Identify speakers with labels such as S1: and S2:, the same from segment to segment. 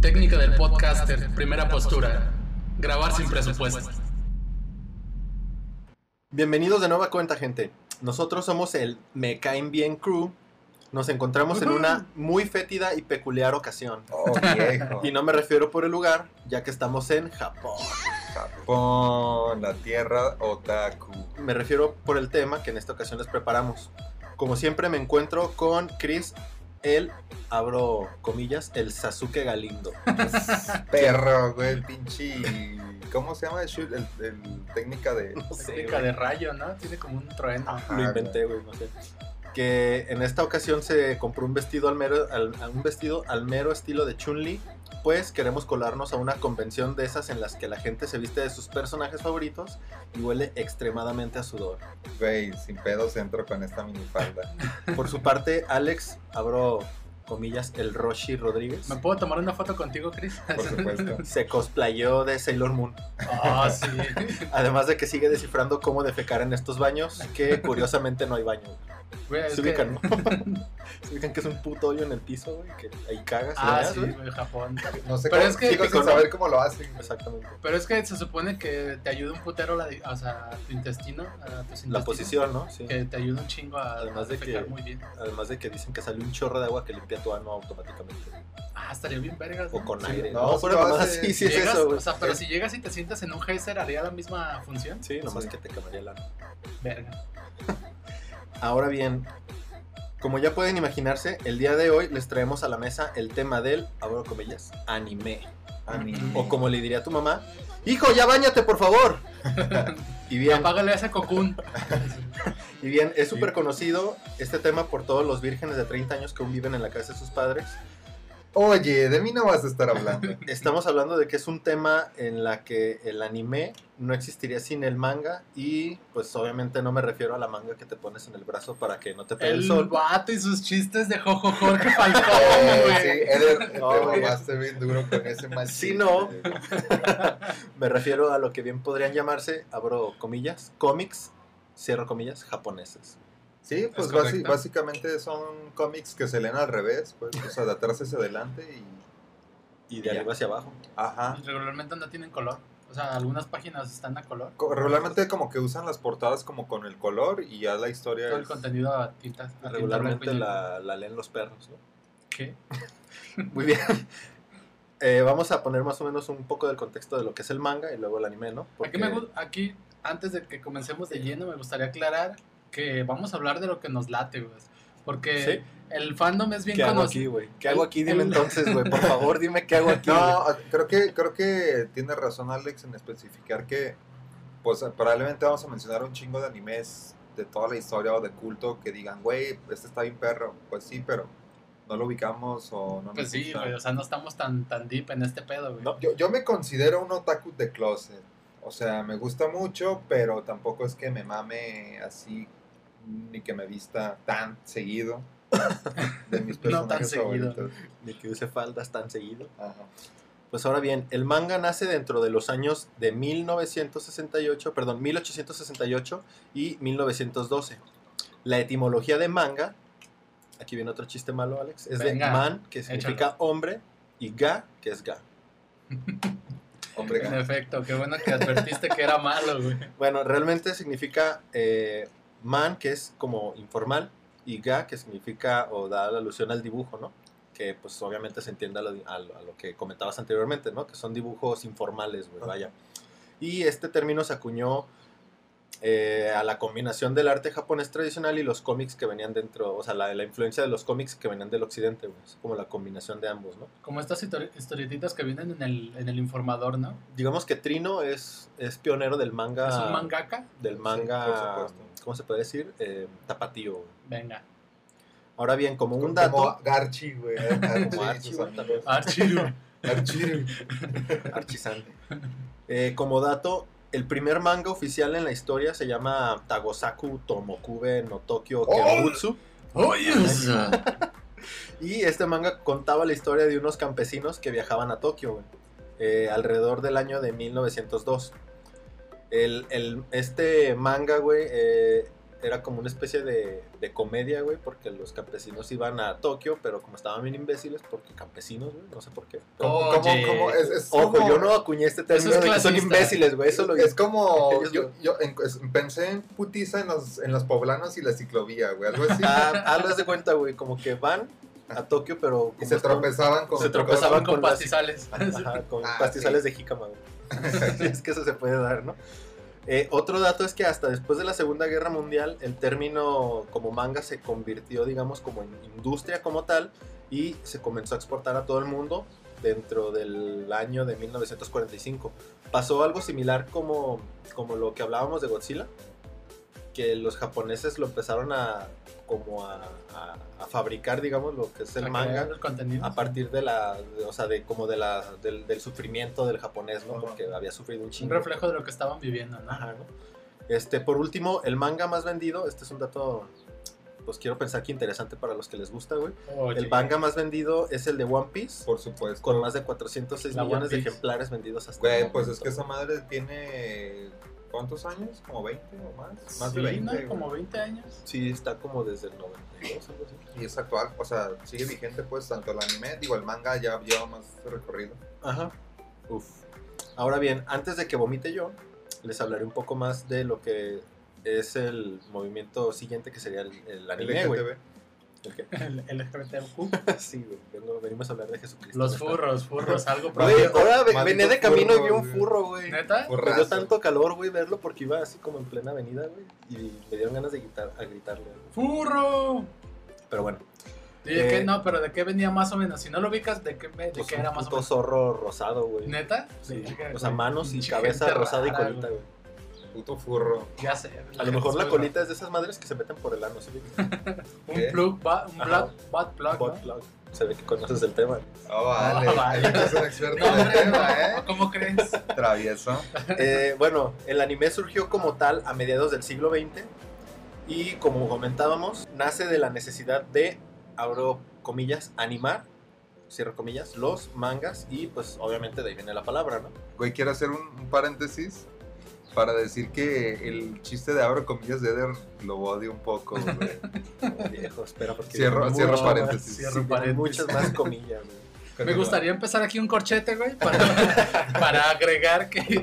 S1: Técnica del podcaster, primera postura. Grabar sin presupuesto.
S2: Bienvenidos de nueva cuenta, gente. Nosotros somos el Me Caen Bien Crew. Nos encontramos en una muy fétida y peculiar ocasión.
S3: Oh, viejo.
S2: Y no me refiero por el lugar, ya que estamos en Japón.
S3: Japón, la tierra otaku.
S2: Me refiero por el tema que en esta ocasión les preparamos. Como siempre me encuentro con Chris, el, abro comillas, el Sasuke Galindo.
S3: Perro, güey, el pinche. ¿Cómo se llama el, shoot? el, el técnica de.?
S2: No sé,
S1: Técnica
S2: güey.
S1: de rayo, ¿no? Tiene como un trueno.
S3: Ajá,
S2: Lo inventé, güey, no sé. Que en esta ocasión se compró un vestido al mero, al- a un vestido al mero estilo de Chun-Li. Pues queremos colarnos a una convención de esas en las que la gente se viste de sus personajes favoritos y huele extremadamente a sudor.
S3: Güey, sin pedos entro con esta minifalda.
S2: Por su parte, Alex, abro comillas, el Roshi Rodríguez,
S1: ¿Me puedo tomar una foto contigo, Chris?
S3: Por supuesto.
S2: se cosplayó de Sailor Moon.
S1: Ah, sí.
S2: Además de que sigue descifrando cómo defecar en estos baños, que curiosamente no hay baño. güey.
S1: Güey, es
S2: Se
S1: que-
S2: ubican, ¿no? Se ubican que es un puto hoyo en el piso, güey, que ahí cagas. y
S1: Ah,
S2: meas,
S1: sí,
S2: güey.
S1: güey, Japón.
S3: No sé
S1: Pero
S3: cómo,
S1: es que
S3: sigo sin
S1: típico, ¿no?
S3: saber cómo lo hacen. güey.
S2: Exactamente.
S1: Pero es que se supone que te ayuda un putero, la, di- o sea, tu intestino, a tus
S2: La
S1: intestinos,
S2: posición, ¿no? Sí.
S1: Que te ayuda un chingo a
S2: Además de
S1: defecar
S2: que-
S1: muy bien.
S2: Además de que dicen que sale un chorro de agua que limpia tu ano automáticamente.
S1: Ah, estaría bien vergas.
S2: O
S1: ¿no?
S2: con
S3: Sí,
S2: aire.
S3: no,
S2: No,
S3: sí
S2: fuera
S3: lo
S2: mamada,
S3: hace.
S2: sí, sí es
S1: Llegas-
S2: eso, güey.
S1: o sea, pero si llegas y te sientas en un geyser, ¿haría la misma función?
S2: Sí, nomás
S3: Sí.
S2: que te quemaría el ano.
S1: Verga.
S2: Ahora bien, como ya pueden imaginarse, el día de hoy les traemos a la mesa el tema del, abro comillas, anime.
S3: Anime.
S2: O como le diría tu mamá, hijo, ya bañate, por favor. y bien,
S1: Apágale ese cocún.
S2: Y bien, es súper conocido este tema por todos los vírgenes de 30 años que aún viven en la casa de sus padres.
S3: Oye, de mí no vas a estar hablando.
S2: Estamos hablando de que es un tema en la que el anime no existiría sin el manga y pues obviamente no me refiero a la manga que te pones en el brazo para que no te pegue el,
S1: El
S2: sol.
S1: vato y sus chistes de Jojo Jorge Falcón,
S3: Eh, sí,
S1: güey.
S3: Eder, te
S2: No, güey.
S3: mamaste bien duro con ese mal
S2: Sí,
S3: chiste,
S2: no.
S3: güey.
S2: Me refiero a lo que bien podrían llamarse, abro comillas, cómics, cierro comillas, japoneses.
S3: Sí, pues basi-
S1: correcto.
S3: básicamente son cómics que se leen al revés, pues, o sea, de atrás hacia adelante y...
S2: Y de
S3: Ya.
S2: arriba hacia abajo.
S3: Ajá.
S1: Regularmente no tienen color. O sea, algunas páginas están a color.
S3: Co- Regularmente como que usan las portadas como con el color y ya la historia
S1: Todo el
S3: es-
S1: contenido a tintas. a tinta
S2: Regularmente
S1: blanco y
S2: la, la leen los perros, ¿no?
S1: negro. ¿Qué?
S2: Muy bien. Eh, vamos a poner más o menos un poco del contexto de lo que es el manga y luego el anime, ¿no?
S1: Aquí, me gu- aquí, antes de que comencemos de lleno, me gustaría aclarar que vamos a hablar de lo que nos late, güey. Porque
S2: ¿Sí?
S1: el fandom es bien
S2: ¿Qué hago
S1: conocido.
S2: aquí, güey? ¿Qué hago aquí? Dime
S1: El-
S2: entonces, güey. Por favor, dime qué hago aquí. güey.
S3: No, ah, creo que, creo que tiene razón Alex en especificar que pues probablemente vamos a mencionar un chingo de animes de toda la historia o de culto que digan, güey, este está bien perro. Pues sí, pero no lo ubicamos o no
S1: Pues
S3: nos
S1: sí,
S3: gusta.
S1: güey. O sea, no estamos tan, tan deep en este pedo, güey.
S3: Yo, yo me considero un otaku de closet. O sea, me gusta mucho, pero tampoco es que me mame así, ni que me vista tan seguido de mis
S1: No tan
S3: personajes
S1: seguido.
S3: favoritos.
S2: De que use faldas tan seguido.
S3: Ajá.
S2: Pues ahora bien, el manga nace dentro de los años de 1968, perdón, 1868 y 1912. La etimología de manga, aquí viene otro chiste malo, Alex, es de
S1: Venga,
S2: man, que significa hombre, y ga, que es ga.
S3: Hombre,
S1: En efecto, qué bueno que advertiste que era malo, güey.
S2: Bueno, realmente significa eh, man, que es como informal, y ga, que significa o da la alusión al dibujo, ¿no? Que pues obviamente se entiende a lo, a lo- a lo que comentabas anteriormente, ¿no? Que son dibujos informales, güey,
S3: Ajá.
S2: vaya. Y este término se acuñó eh, a la combinación del arte japonés tradicional y los cómics que venían dentro, o sea, la, la influencia de los cómics que venían del occidente, güey. Es como la combinación de ambos, ¿no?
S1: Como estas histori- historietitas que vienen en el, en el informador, ¿no?
S2: Digamos que Trino es, es pionero del manga.
S1: ¿Es un mangaka?
S2: del
S3: Sí,
S2: manga,
S3: por supuesto.
S2: ¿cómo se puede decir? Eh, tapatío. güey.
S1: Venga.
S2: Ahora bien, como un
S3: Como
S2: dato,
S3: Garchi, güey. eh,
S2: Como Archie,
S3: Garchi,
S2: güey, también.
S1: Archiru.
S3: Garchi.
S2: Archisante. Eh, como dato, el primer manga oficial en la historia se llama Tagosaku Tomokube no Tokyo
S3: ¡Oh!
S2: Kerabutsu.
S1: Oye, o
S2: Pues,
S1: sea,
S2: Y este manga contaba la historia de unos campesinos que viajaban a Tokio, güey, eh, alrededor del año de 1902. El, el- este manga, güey, eh, era como una especie de, de comedia, güey, porque los campesinos iban a Tokio, pero como estaban bien imbéciles, porque campesinos, güey, no sé por qué.
S3: ¿Cómo,
S1: Oye.
S3: cómo, cómo? Es, es
S2: Ojo,
S3: como-
S2: yo no acuñé este término
S1: Oh, Eso es
S2: de que son
S1: clasista.
S2: imbéciles, güey, eso lo
S3: es como.
S2: ellos
S3: Yo,
S2: lo-
S3: yo en- es- pensé en putiza en los, en los poblanos y la ciclovía, güey. Algo así.
S2: Ah, ah, haz de cuenta, güey, como que van a Tokio, pero...
S3: y
S2: como
S3: se
S2: están-
S3: tropezaban con.
S2: se tropezaban
S1: pasaban
S2: con
S1: pues, con
S2: las-
S1: pastizales.
S2: Ajá, con
S3: Ah,
S2: pastizales de jícama, güey. es que eso se puede dar, ¿no? Eh, otro dato es que hasta después de la Segunda Guerra Mundial, el término como manga se convirtió, digamos, como en industria como tal y se comenzó a exportar a todo el mundo dentro del año de 1945. Pasó algo similar como, como lo que hablábamos de Godzilla, que los japoneses lo empezaron a, como a, a- a fabricar, digamos, lo que es el
S1: Para
S2: manga Ah,
S1: crear el contenido.
S2: a partir de la, de- o sea, de como de la, del, del sufrimiento del japonés, ¿no?
S3: Ajá.
S2: Porque había sufrido un
S1: Un
S2: chingo.
S1: reflejo de lo que estaban viviendo, ¿no?
S2: Ajá, ¿no? Este, por último, el manga más vendido, este es un dato, pues quiero pensar que interesante para los que les gusta, güey.
S1: Oye,
S2: El manga más vendido es el de One Piece,
S3: Por supuesto.
S2: con más de 406
S1: La One
S2: millones de
S1: Piece.
S2: ejemplares vendidos hasta el
S3: Güey, pues
S2: momento,
S3: es que esa
S2: güey.
S3: madre tiene. ¿Cuántos años? ¿Como 20 o más? Más
S1: sí,
S3: de 20.
S1: ¿no?
S3: güey.
S1: Como 20 años.
S2: Sí, está como desde el 92, algo así.
S3: Y es actual, o sea, sigue vigente, pues, tanto el anime, digo, el manga ya lleva más recorrido.
S2: Ajá. Uf. Ahora bien, antes de que vomite yo, les hablaré un poco más de lo que es el movimiento siguiente que sería el, el anime, güey.
S3: LGTB.
S2: ¿El qué?
S1: El LGBTQ.
S2: sí, güey. vengo- Venimos a hablar de Jesucristo.
S1: Los
S2: ¿no?
S1: furros, furros, algo por
S2: Güey,
S1: ahí.
S2: ahora ve-
S3: Maldito
S2: venía de camino y vi
S3: furro,
S2: un
S3: güey.
S2: furro, güey.
S1: ¿Neta?
S2: Me
S3: Furrazo.
S2: dio tanto calor, güey, verlo porque iba así como en plena avenida, güey. Y me dieron ganas de gritar, a gritarle. güey.
S1: ¡Furro!
S2: Pero bueno,
S1: ¿Y de qué?
S2: Eh,
S1: No, pero ¿de qué venía más o menos? Si no lo ubicas, ¿de qué, me- de
S2: pues
S1: qué
S2: un
S1: era más o
S2: puto
S1: menos?
S2: zorro rosado, güey.
S1: ¿Neta?
S2: Sí,
S1: Verga,
S2: O sea,
S1: güey.
S2: manos y
S1: Pinche
S2: cabeza
S1: gente
S2: rosada y
S1: rara,
S2: colita, güey.
S3: Puto furro.
S1: Ya sé.
S2: A lo mejor la
S1: gente
S2: colita es de esas madres que se meten por el ano, ¿sí?
S1: suelta.
S3: ¿Qué?
S1: Un plug, ba- un
S2: Ajá.
S1: blood, bad plug.
S2: Butt plug. Se ve que conoces el tema.
S3: Ah,
S1: vale.
S3: vale. Es un experto
S1: No,
S3: del
S1: hombre,
S3: tema, ¿eh?
S1: no, ¿Cómo crees?
S3: Travieso.
S2: Eh, bueno, el anime surgió como tal a mediados del siglo XX y como comentábamos, nace de la necesidad de, abro comillas, animar, cierro comillas, los mangas y pues obviamente de ahí viene la palabra, ¿no?
S3: Güey, quiero hacer un, un paréntesis para decir que el chiste de abro comillas de Eder lo odio un poco, güey.
S2: Como Viejo, espera porque...
S3: Cierro-
S2: viene
S3: cierro
S2: mucho
S3: paréntesis.
S2: más-
S1: Cierro
S2: sí, vienen
S1: paréntesis.
S2: Muchas más comillas, güey.
S1: Me gustaría empezar aquí un corchete, güey, para, para agregar que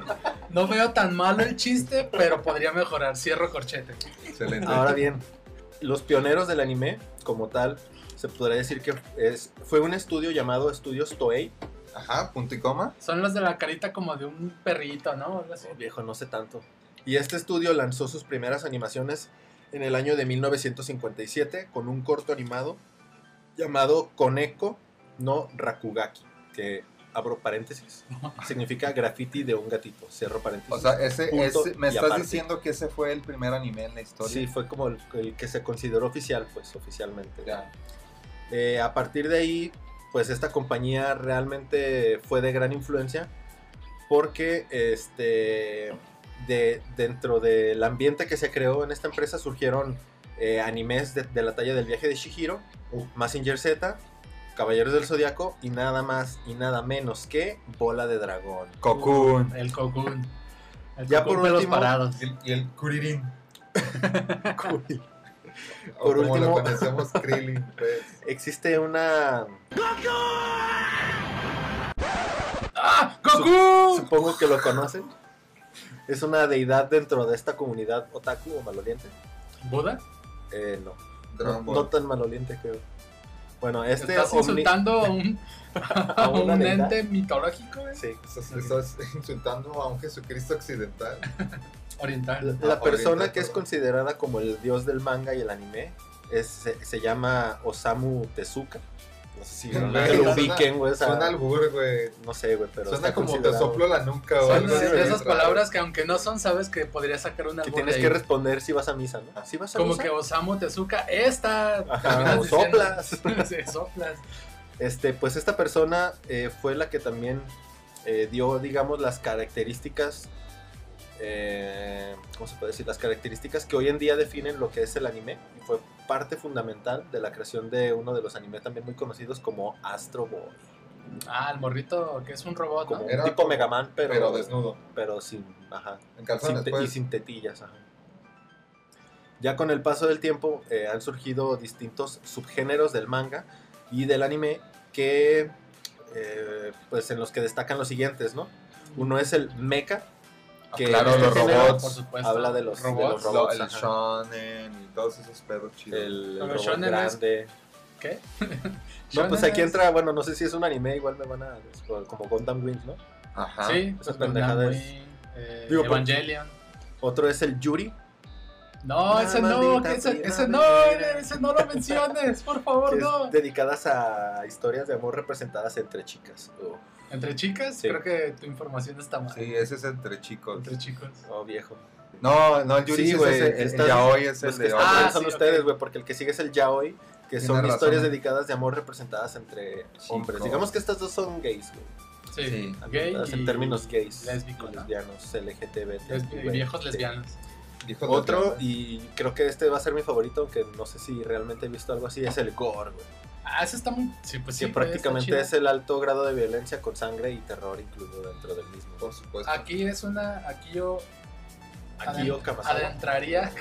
S1: no veo tan malo el chiste, pero podría mejorar. Cierro corchete.
S3: Excelente.
S2: Ahora bien, los pioneros del anime como tal, se podría decir que es, fue un estudio llamado Estudios Toei.
S3: Ajá, punto y coma.
S1: Son los de la carita como de un perrito, ¿no? Algo así.
S2: Oh, viejo, no sé tanto. Y este estudio lanzó sus primeras animaciones en el año de 1957 con un corto animado llamado Koneko no Rakugaki, que abro paréntesis, significa graffiti de un gatito, cierro paréntesis.
S3: O sea, ese,
S2: Punto
S3: ese- me
S2: y
S3: estás
S2: aparte.
S3: diciendo que ese fue el primer anime en la historia.
S2: sí, fue como el, el que se consideró oficial, pues, oficialmente.
S3: Ya.
S2: Eh, a partir de ahí, pues esta compañía realmente fue de gran influencia porque este, de, dentro del ambiente que se creó en esta empresa surgieron eh, animes de, de la talla del viaje de Shihiro, Mazinger Z, Caballeros del Zodiaco y nada más y nada menos que Bola de Dragón.
S3: Cocoon.
S1: El cocoon. El
S2: Ya
S1: cocoon
S2: por
S1: de los
S2: último-
S1: parados.
S3: Y el, y el Kuririn. O
S2: Por
S3: como
S2: último-
S3: lo conocemos, Krillin, pues.
S2: Existe una...
S1: ¡Ah! ¡Cocoon!
S2: Supongo que lo conocen. Es una deidad dentro de esta comunidad otaku o maloliente.
S1: ¿Buda?
S2: Eh, no.
S3: Dragon
S2: no,
S3: Ball.
S2: no tan maloliente, creo. Bueno, este
S1: ¿Estás
S2: omni-
S1: insultando a un, a
S2: ¿A una
S1: un
S2: deidad?
S1: ente mitológico, güey?
S2: Sí.
S3: Estás, estás insultando a un Jesucristo occidental.
S1: Oriental.
S2: La
S3: Ah,
S2: persona
S3: oriental,
S2: que es
S3: perdón.
S2: considerada como el dios del manga y el anime es, se, se llama Osamu Tezuka. no sé si
S3: Güey,
S2: no, que lo
S3: suena-
S2: ubiquen, güey. o sea,
S3: Suena albur, güey.
S2: no sé, güey, pero.
S3: Suena
S2: está
S3: como te
S2: considerado
S3: soplo la nuca o
S1: Son
S3: algo
S1: de-
S3: así,
S1: de
S3: güey,
S1: esas
S3: raro.
S1: palabras que aunque no son, sabes que podría sacar una
S2: Que
S1: burla
S2: tienes
S1: ahí.
S2: que responder si vas a misa, ¿no? Si vas a
S1: Como
S2: misa.
S1: que Osamu Tezuka, esta.
S2: Ajá,
S1: terminas
S2: o
S1: diciendo-
S2: soplas.
S1: Sí, soplas.
S2: Este, pues esta persona eh, fue la que también eh, dio, digamos, las características, eh, ¿cómo se puede decir? Las características que hoy en día definen lo que es el anime y fue parte fundamental de la creación de uno de los anime también muy conocidos como Astro Boy.
S1: Ah, el morrito que es un robot. ¿no?
S2: Como
S3: Era
S2: un tipo Mega Man, pero,
S3: Pero desnudo.
S2: pero sin, ajá,
S3: En
S2: sin
S3: calzones,
S2: te- y
S3: pues.
S2: sin tetillas. ajá. Ya con el paso del tiempo eh, han surgido distintos subgéneros del manga y del anime que, eh, pues en los que destacan los siguientes, ¿no? Uno es el mecha, que
S3: Ah, claro,
S2: en este
S3: los
S2: género
S3: robots.
S1: por supuesto.
S2: habla de los- de los
S1: robots.
S2: robots.
S3: Lo- el
S2: ajá.
S3: shonen y todos esos pedos chidos.
S2: el
S1: Pero
S2: robot
S1: shonen es-
S2: grande.
S1: ¿Qué?
S2: No, pues
S1: Shonen
S2: aquí
S1: es-
S2: entra, bueno, no sé si es un anime, igual me van a... como Gundam Wing, ¿no?
S3: Ajá.
S1: Sí,
S2: esas
S1: pues,
S2: pendejadas.
S1: Gundam Wing, eh,
S2: Digo, por-
S1: Evangelion.
S2: Otro es el Yuri,
S1: No,
S2: Una
S1: ese no,
S2: maldita
S1: que ese, ese no, eh,
S2: primavera.
S1: ese no lo menciones, por favor,
S2: que
S1: Oh,
S2: este-
S1: no.
S2: es dedicadas a historias de amor representadas entre chicas. Oh,
S1: Entre chicas,
S2: Sí.
S1: creo que tu información está mal.
S3: Sí, ese es entre chicos.
S1: Entre chicos.
S2: oh, viejo.
S3: No, no, el Yuri
S2: Sí,
S3: sí, es
S2: güey,
S3: ese, el- el
S2: estás-
S3: yaoi es el
S2: Los que
S3: de
S2: están
S1: Ah,
S2: mal
S3: hombres.
S2: son
S1: sí, ok.
S2: ustedes, güey, porque el que sigue es el yaoi, que
S3: Tiene
S2: son
S3: razón.
S2: historias dedicadas de amor representadas entre hombres.
S3: Chicos.
S2: Digamos que estas dos son gays, güey.
S1: Sí.
S3: Sí.
S1: Gay
S2: Ambientadas en
S1: y
S2: términos gays.
S1: lésbico, ¿no?
S2: lesbianos, LGBT.
S1: lesbi-
S2: güey.
S1: viejos
S2: Sí.
S1: lesbianos.
S3: Dijo el de
S2: Otro,
S3: hombres.
S2: y creo que este va a ser mi favorito, aunque no sé si realmente he visto algo así, es el gore, güey.
S1: Ah, ese está muy. Sí, pues sí.
S2: que
S1: güey, está
S2: prácticamente
S1: chido.
S2: es el alto grado de violencia con sangre y terror incluido dentro del mismo.
S3: Por supuesto.
S1: Aquí es una. Aquí yo
S2: Aquí
S1: Aden-
S2: Okamasada.
S1: adentraría.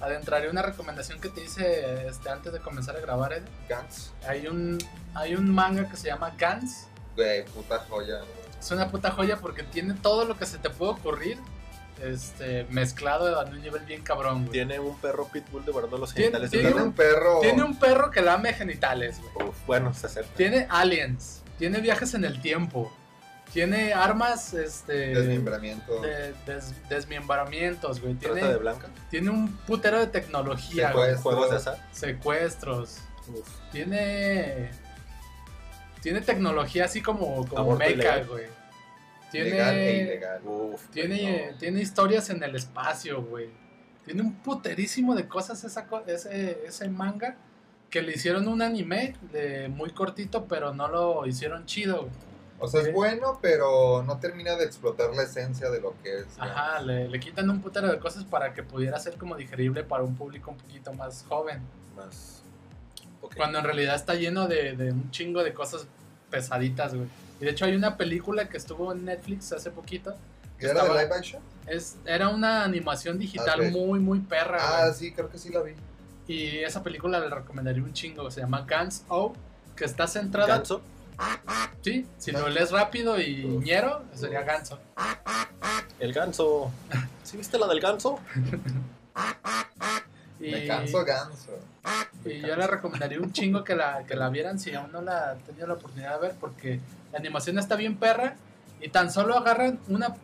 S1: adentraría una recomendación que te hice este, antes de comenzar a grabar. Ed.
S3: Gans.
S1: Hay un, hay un manga que se llama Gans.
S3: Güey, puta joya.
S1: Es una puta joya porque tiene todo lo que se te puede ocurrir este, mezclado a un nivel bien cabrón, güey.
S2: Tiene un perro pitbull devorando los
S1: Tiene-
S2: genitales de
S1: tiene
S2: una
S3: Tiene
S1: un-
S3: un perro.
S1: Tiene un perro que lame genitales, güey.
S2: Uf, bueno, se acerca.
S1: Tiene aliens. Tiene viajes en el tiempo. Tiene armas, este...
S3: desmembramiento.
S1: de- des- desmembramientos, güey.
S2: Trata de
S1: Tiene,
S2: blanca.
S1: tiene un putero de tecnología, güey.
S3: Secuestro.
S2: Juegos de azar.
S1: Secuestros.
S2: Uf.
S1: Tiene. Tiene tecnología así como, como
S2: Aborto
S1: meca,
S2: ilegal.
S1: güey. Tiene.
S3: Legal e ilegal.
S2: Uf, pues
S1: tiene,
S2: bueno.
S1: tiene historias en el espacio, güey. Tiene un puterísimo de cosas esa, co- ese, ese manga que le hicieron un anime de muy cortito, pero no lo hicieron chido. güey.
S3: O sea,
S1: Sí.
S3: es bueno, pero no termina de explotar la esencia de lo que es.
S1: Ajá, le, le quitan un putero de cosas para que pudiera ser como digerible para un público un poquito más joven.
S2: Más. Ok.
S1: Cuando en realidad está lleno de, de un chingo de cosas pesaditas, güey. Y de hecho hay una película que estuvo en Netflix hace poquito.
S3: ¿Ya ¿Era
S1: estaba-
S3: de live action?
S1: Es, era una animación digital
S3: Ok.
S1: muy, muy perra,
S3: Ah,
S1: güey.
S3: sí, creo que sí la vi.
S1: Y esa película la recomendaría un chingo. Se llama Guns O, que está centrada...
S2: Ganso.
S1: Sí, si
S3: Ganso.
S1: lo lees rápido y
S2: Uf.
S1: ñero, sería
S2: Uf.
S1: Ganso.
S2: El ganso. ¿Sí viste la del ganso?
S1: Y,
S3: Me canso ganso. Me
S1: y
S3: canso.
S1: yo le recomendaría un chingo que la, que la vieran si aún no la han tenido la oportunidad de ver, porque la animación está bien perra y tan solo agarran una.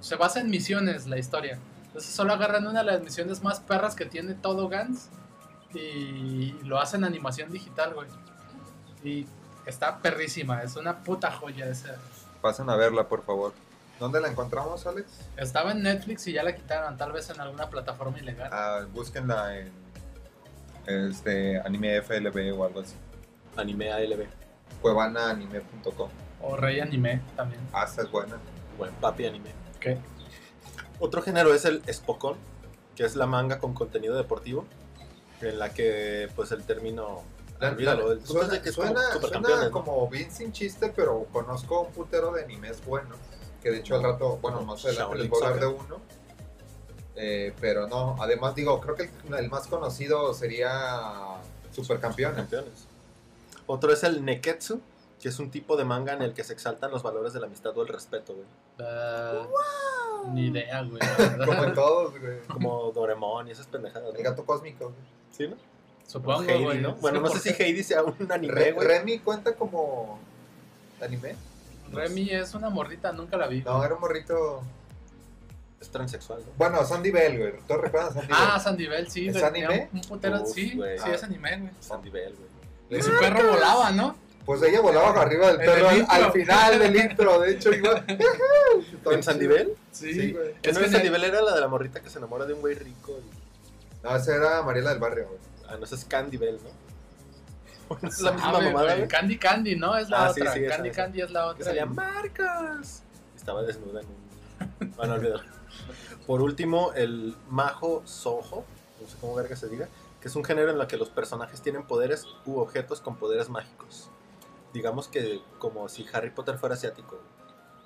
S1: Se basa en misiones la historia. Entonces solo agarran una de las misiones más perras que tiene todo Gans y lo hacen animación digital, güey. Y está perrísima, es una puta joya esa.
S3: Pasen a verla, por favor. ¿Dónde la encontramos, Alex?
S1: Estaba en Netflix y ya la quitaron, tal vez en alguna plataforma ilegal.
S3: Ah, búsquenla en este, anime FLB o algo así.
S2: Anime ALB.
S3: Cuevanaanime.com.
S1: O Rey Anime también.
S3: Ah, esa es buena.
S2: Buen papi anime.
S1: ¿Qué?
S2: Otro género es el espocón, que es la manga con contenido deportivo, en la que pues el término... Olvídalo, el punto es
S3: Suena,
S2: de que es como
S3: suena,
S2: supercampeones,
S3: suena
S2: ¿no?
S3: como bien sin chiste, pero conozco un putero de animes buenos. Que de hecho al rato, bueno, más adelante
S2: Shaolin
S3: les voy a hablar de
S2: Soccer.
S3: uno. Eh, pero no, además digo, creo que el, el más conocido sería Supercampeones.
S2: campeones. Otro es el neketsu, que es un tipo de manga en el que se exaltan los valores de la amistad o el respeto, güey.
S1: Ah, Ni idea, güey. la verdad.
S3: Como en todos, güey.
S2: Como Doremon y esas pendejadas.
S3: El
S2: güey.
S3: gato cósmico.
S2: ¿Sí, no?
S1: Supongo,
S2: Heidi,
S1: güey.
S2: ¿no?
S1: Es
S2: Bueno,
S1: que
S2: no
S1: por
S2: sé si Heidi sea un anime,
S3: Re-
S2: güey.
S3: Remy cuenta como anime.
S1: Remy es una morrita, nunca la vi.
S3: No, era un morrito.
S2: Es transexual, ¿no?
S3: Bueno, Sandy Bell, güey. ¿Todos recuerdan a Sandy
S1: ah,
S3: Bell?
S1: Sandy Bell, sí.
S3: ¿Es
S1: güey, tenía
S3: anime?
S1: Un putero,
S2: Uf,
S1: sí,
S2: güey.
S1: sí
S3: Ah.
S1: es anime, güey.
S2: Sandy Bell, güey.
S1: Y su perro volaba, ¿no?
S3: Pues ella volaba arriba del
S1: En
S3: perro
S1: el
S3: al,
S1: intro.
S3: al final del intro, de hecho, iba.
S2: ¿En Sandivel?
S1: Sí,
S3: Sí,
S1: güey.
S3: güey.
S2: Que
S1: Es
S2: no
S1: que
S2: en
S1: en el-
S2: Sandivel era la de la morrita que se enamora de un güey rico. y-
S3: No, Ah, esa era Mariela del Barrio, güey.
S2: Ah, no, esa es Candivel, ¿no? Bueno, es la misma
S1: Sabe,
S2: mamada,
S1: Ah, güey.
S2: güey.
S1: Candy Candy, ¿no? Es la
S2: Ah, sí,
S1: otra.
S2: sí, esa,
S1: Candy
S2: esa.
S1: Candy es la
S2: que
S1: otra.
S2: salía Marcos. Estaba desnuda en un... Bueno, olvidado. Por último, el Majo Soho, no sé cómo verga se diga, que es un género en el que los personajes tienen poderes u objetos con poderes mágicos. Digamos que como si Harry Potter fuera asiático.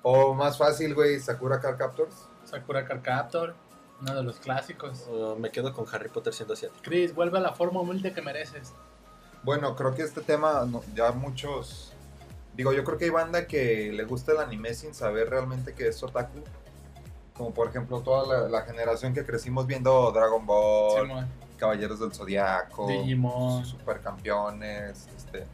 S3: O más fácil, güey, Sakura Car Captors.
S1: Sakura Carcaptor, uno de los clásicos.
S2: Uh, me quedo con Harry Potter siendo asiático.
S1: Chris, vuelve a la forma humilde que mereces.
S3: Bueno, creo que este tema no- ya muchos. Digo, yo creo que hay banda que le gusta el anime sin saber realmente que es otaku. Como por ejemplo toda la, la generación que crecimos viendo Dragon Ball,
S1: Simón.
S3: Caballeros del Zodiaco,
S1: Digimon.
S3: Supercampeones, este.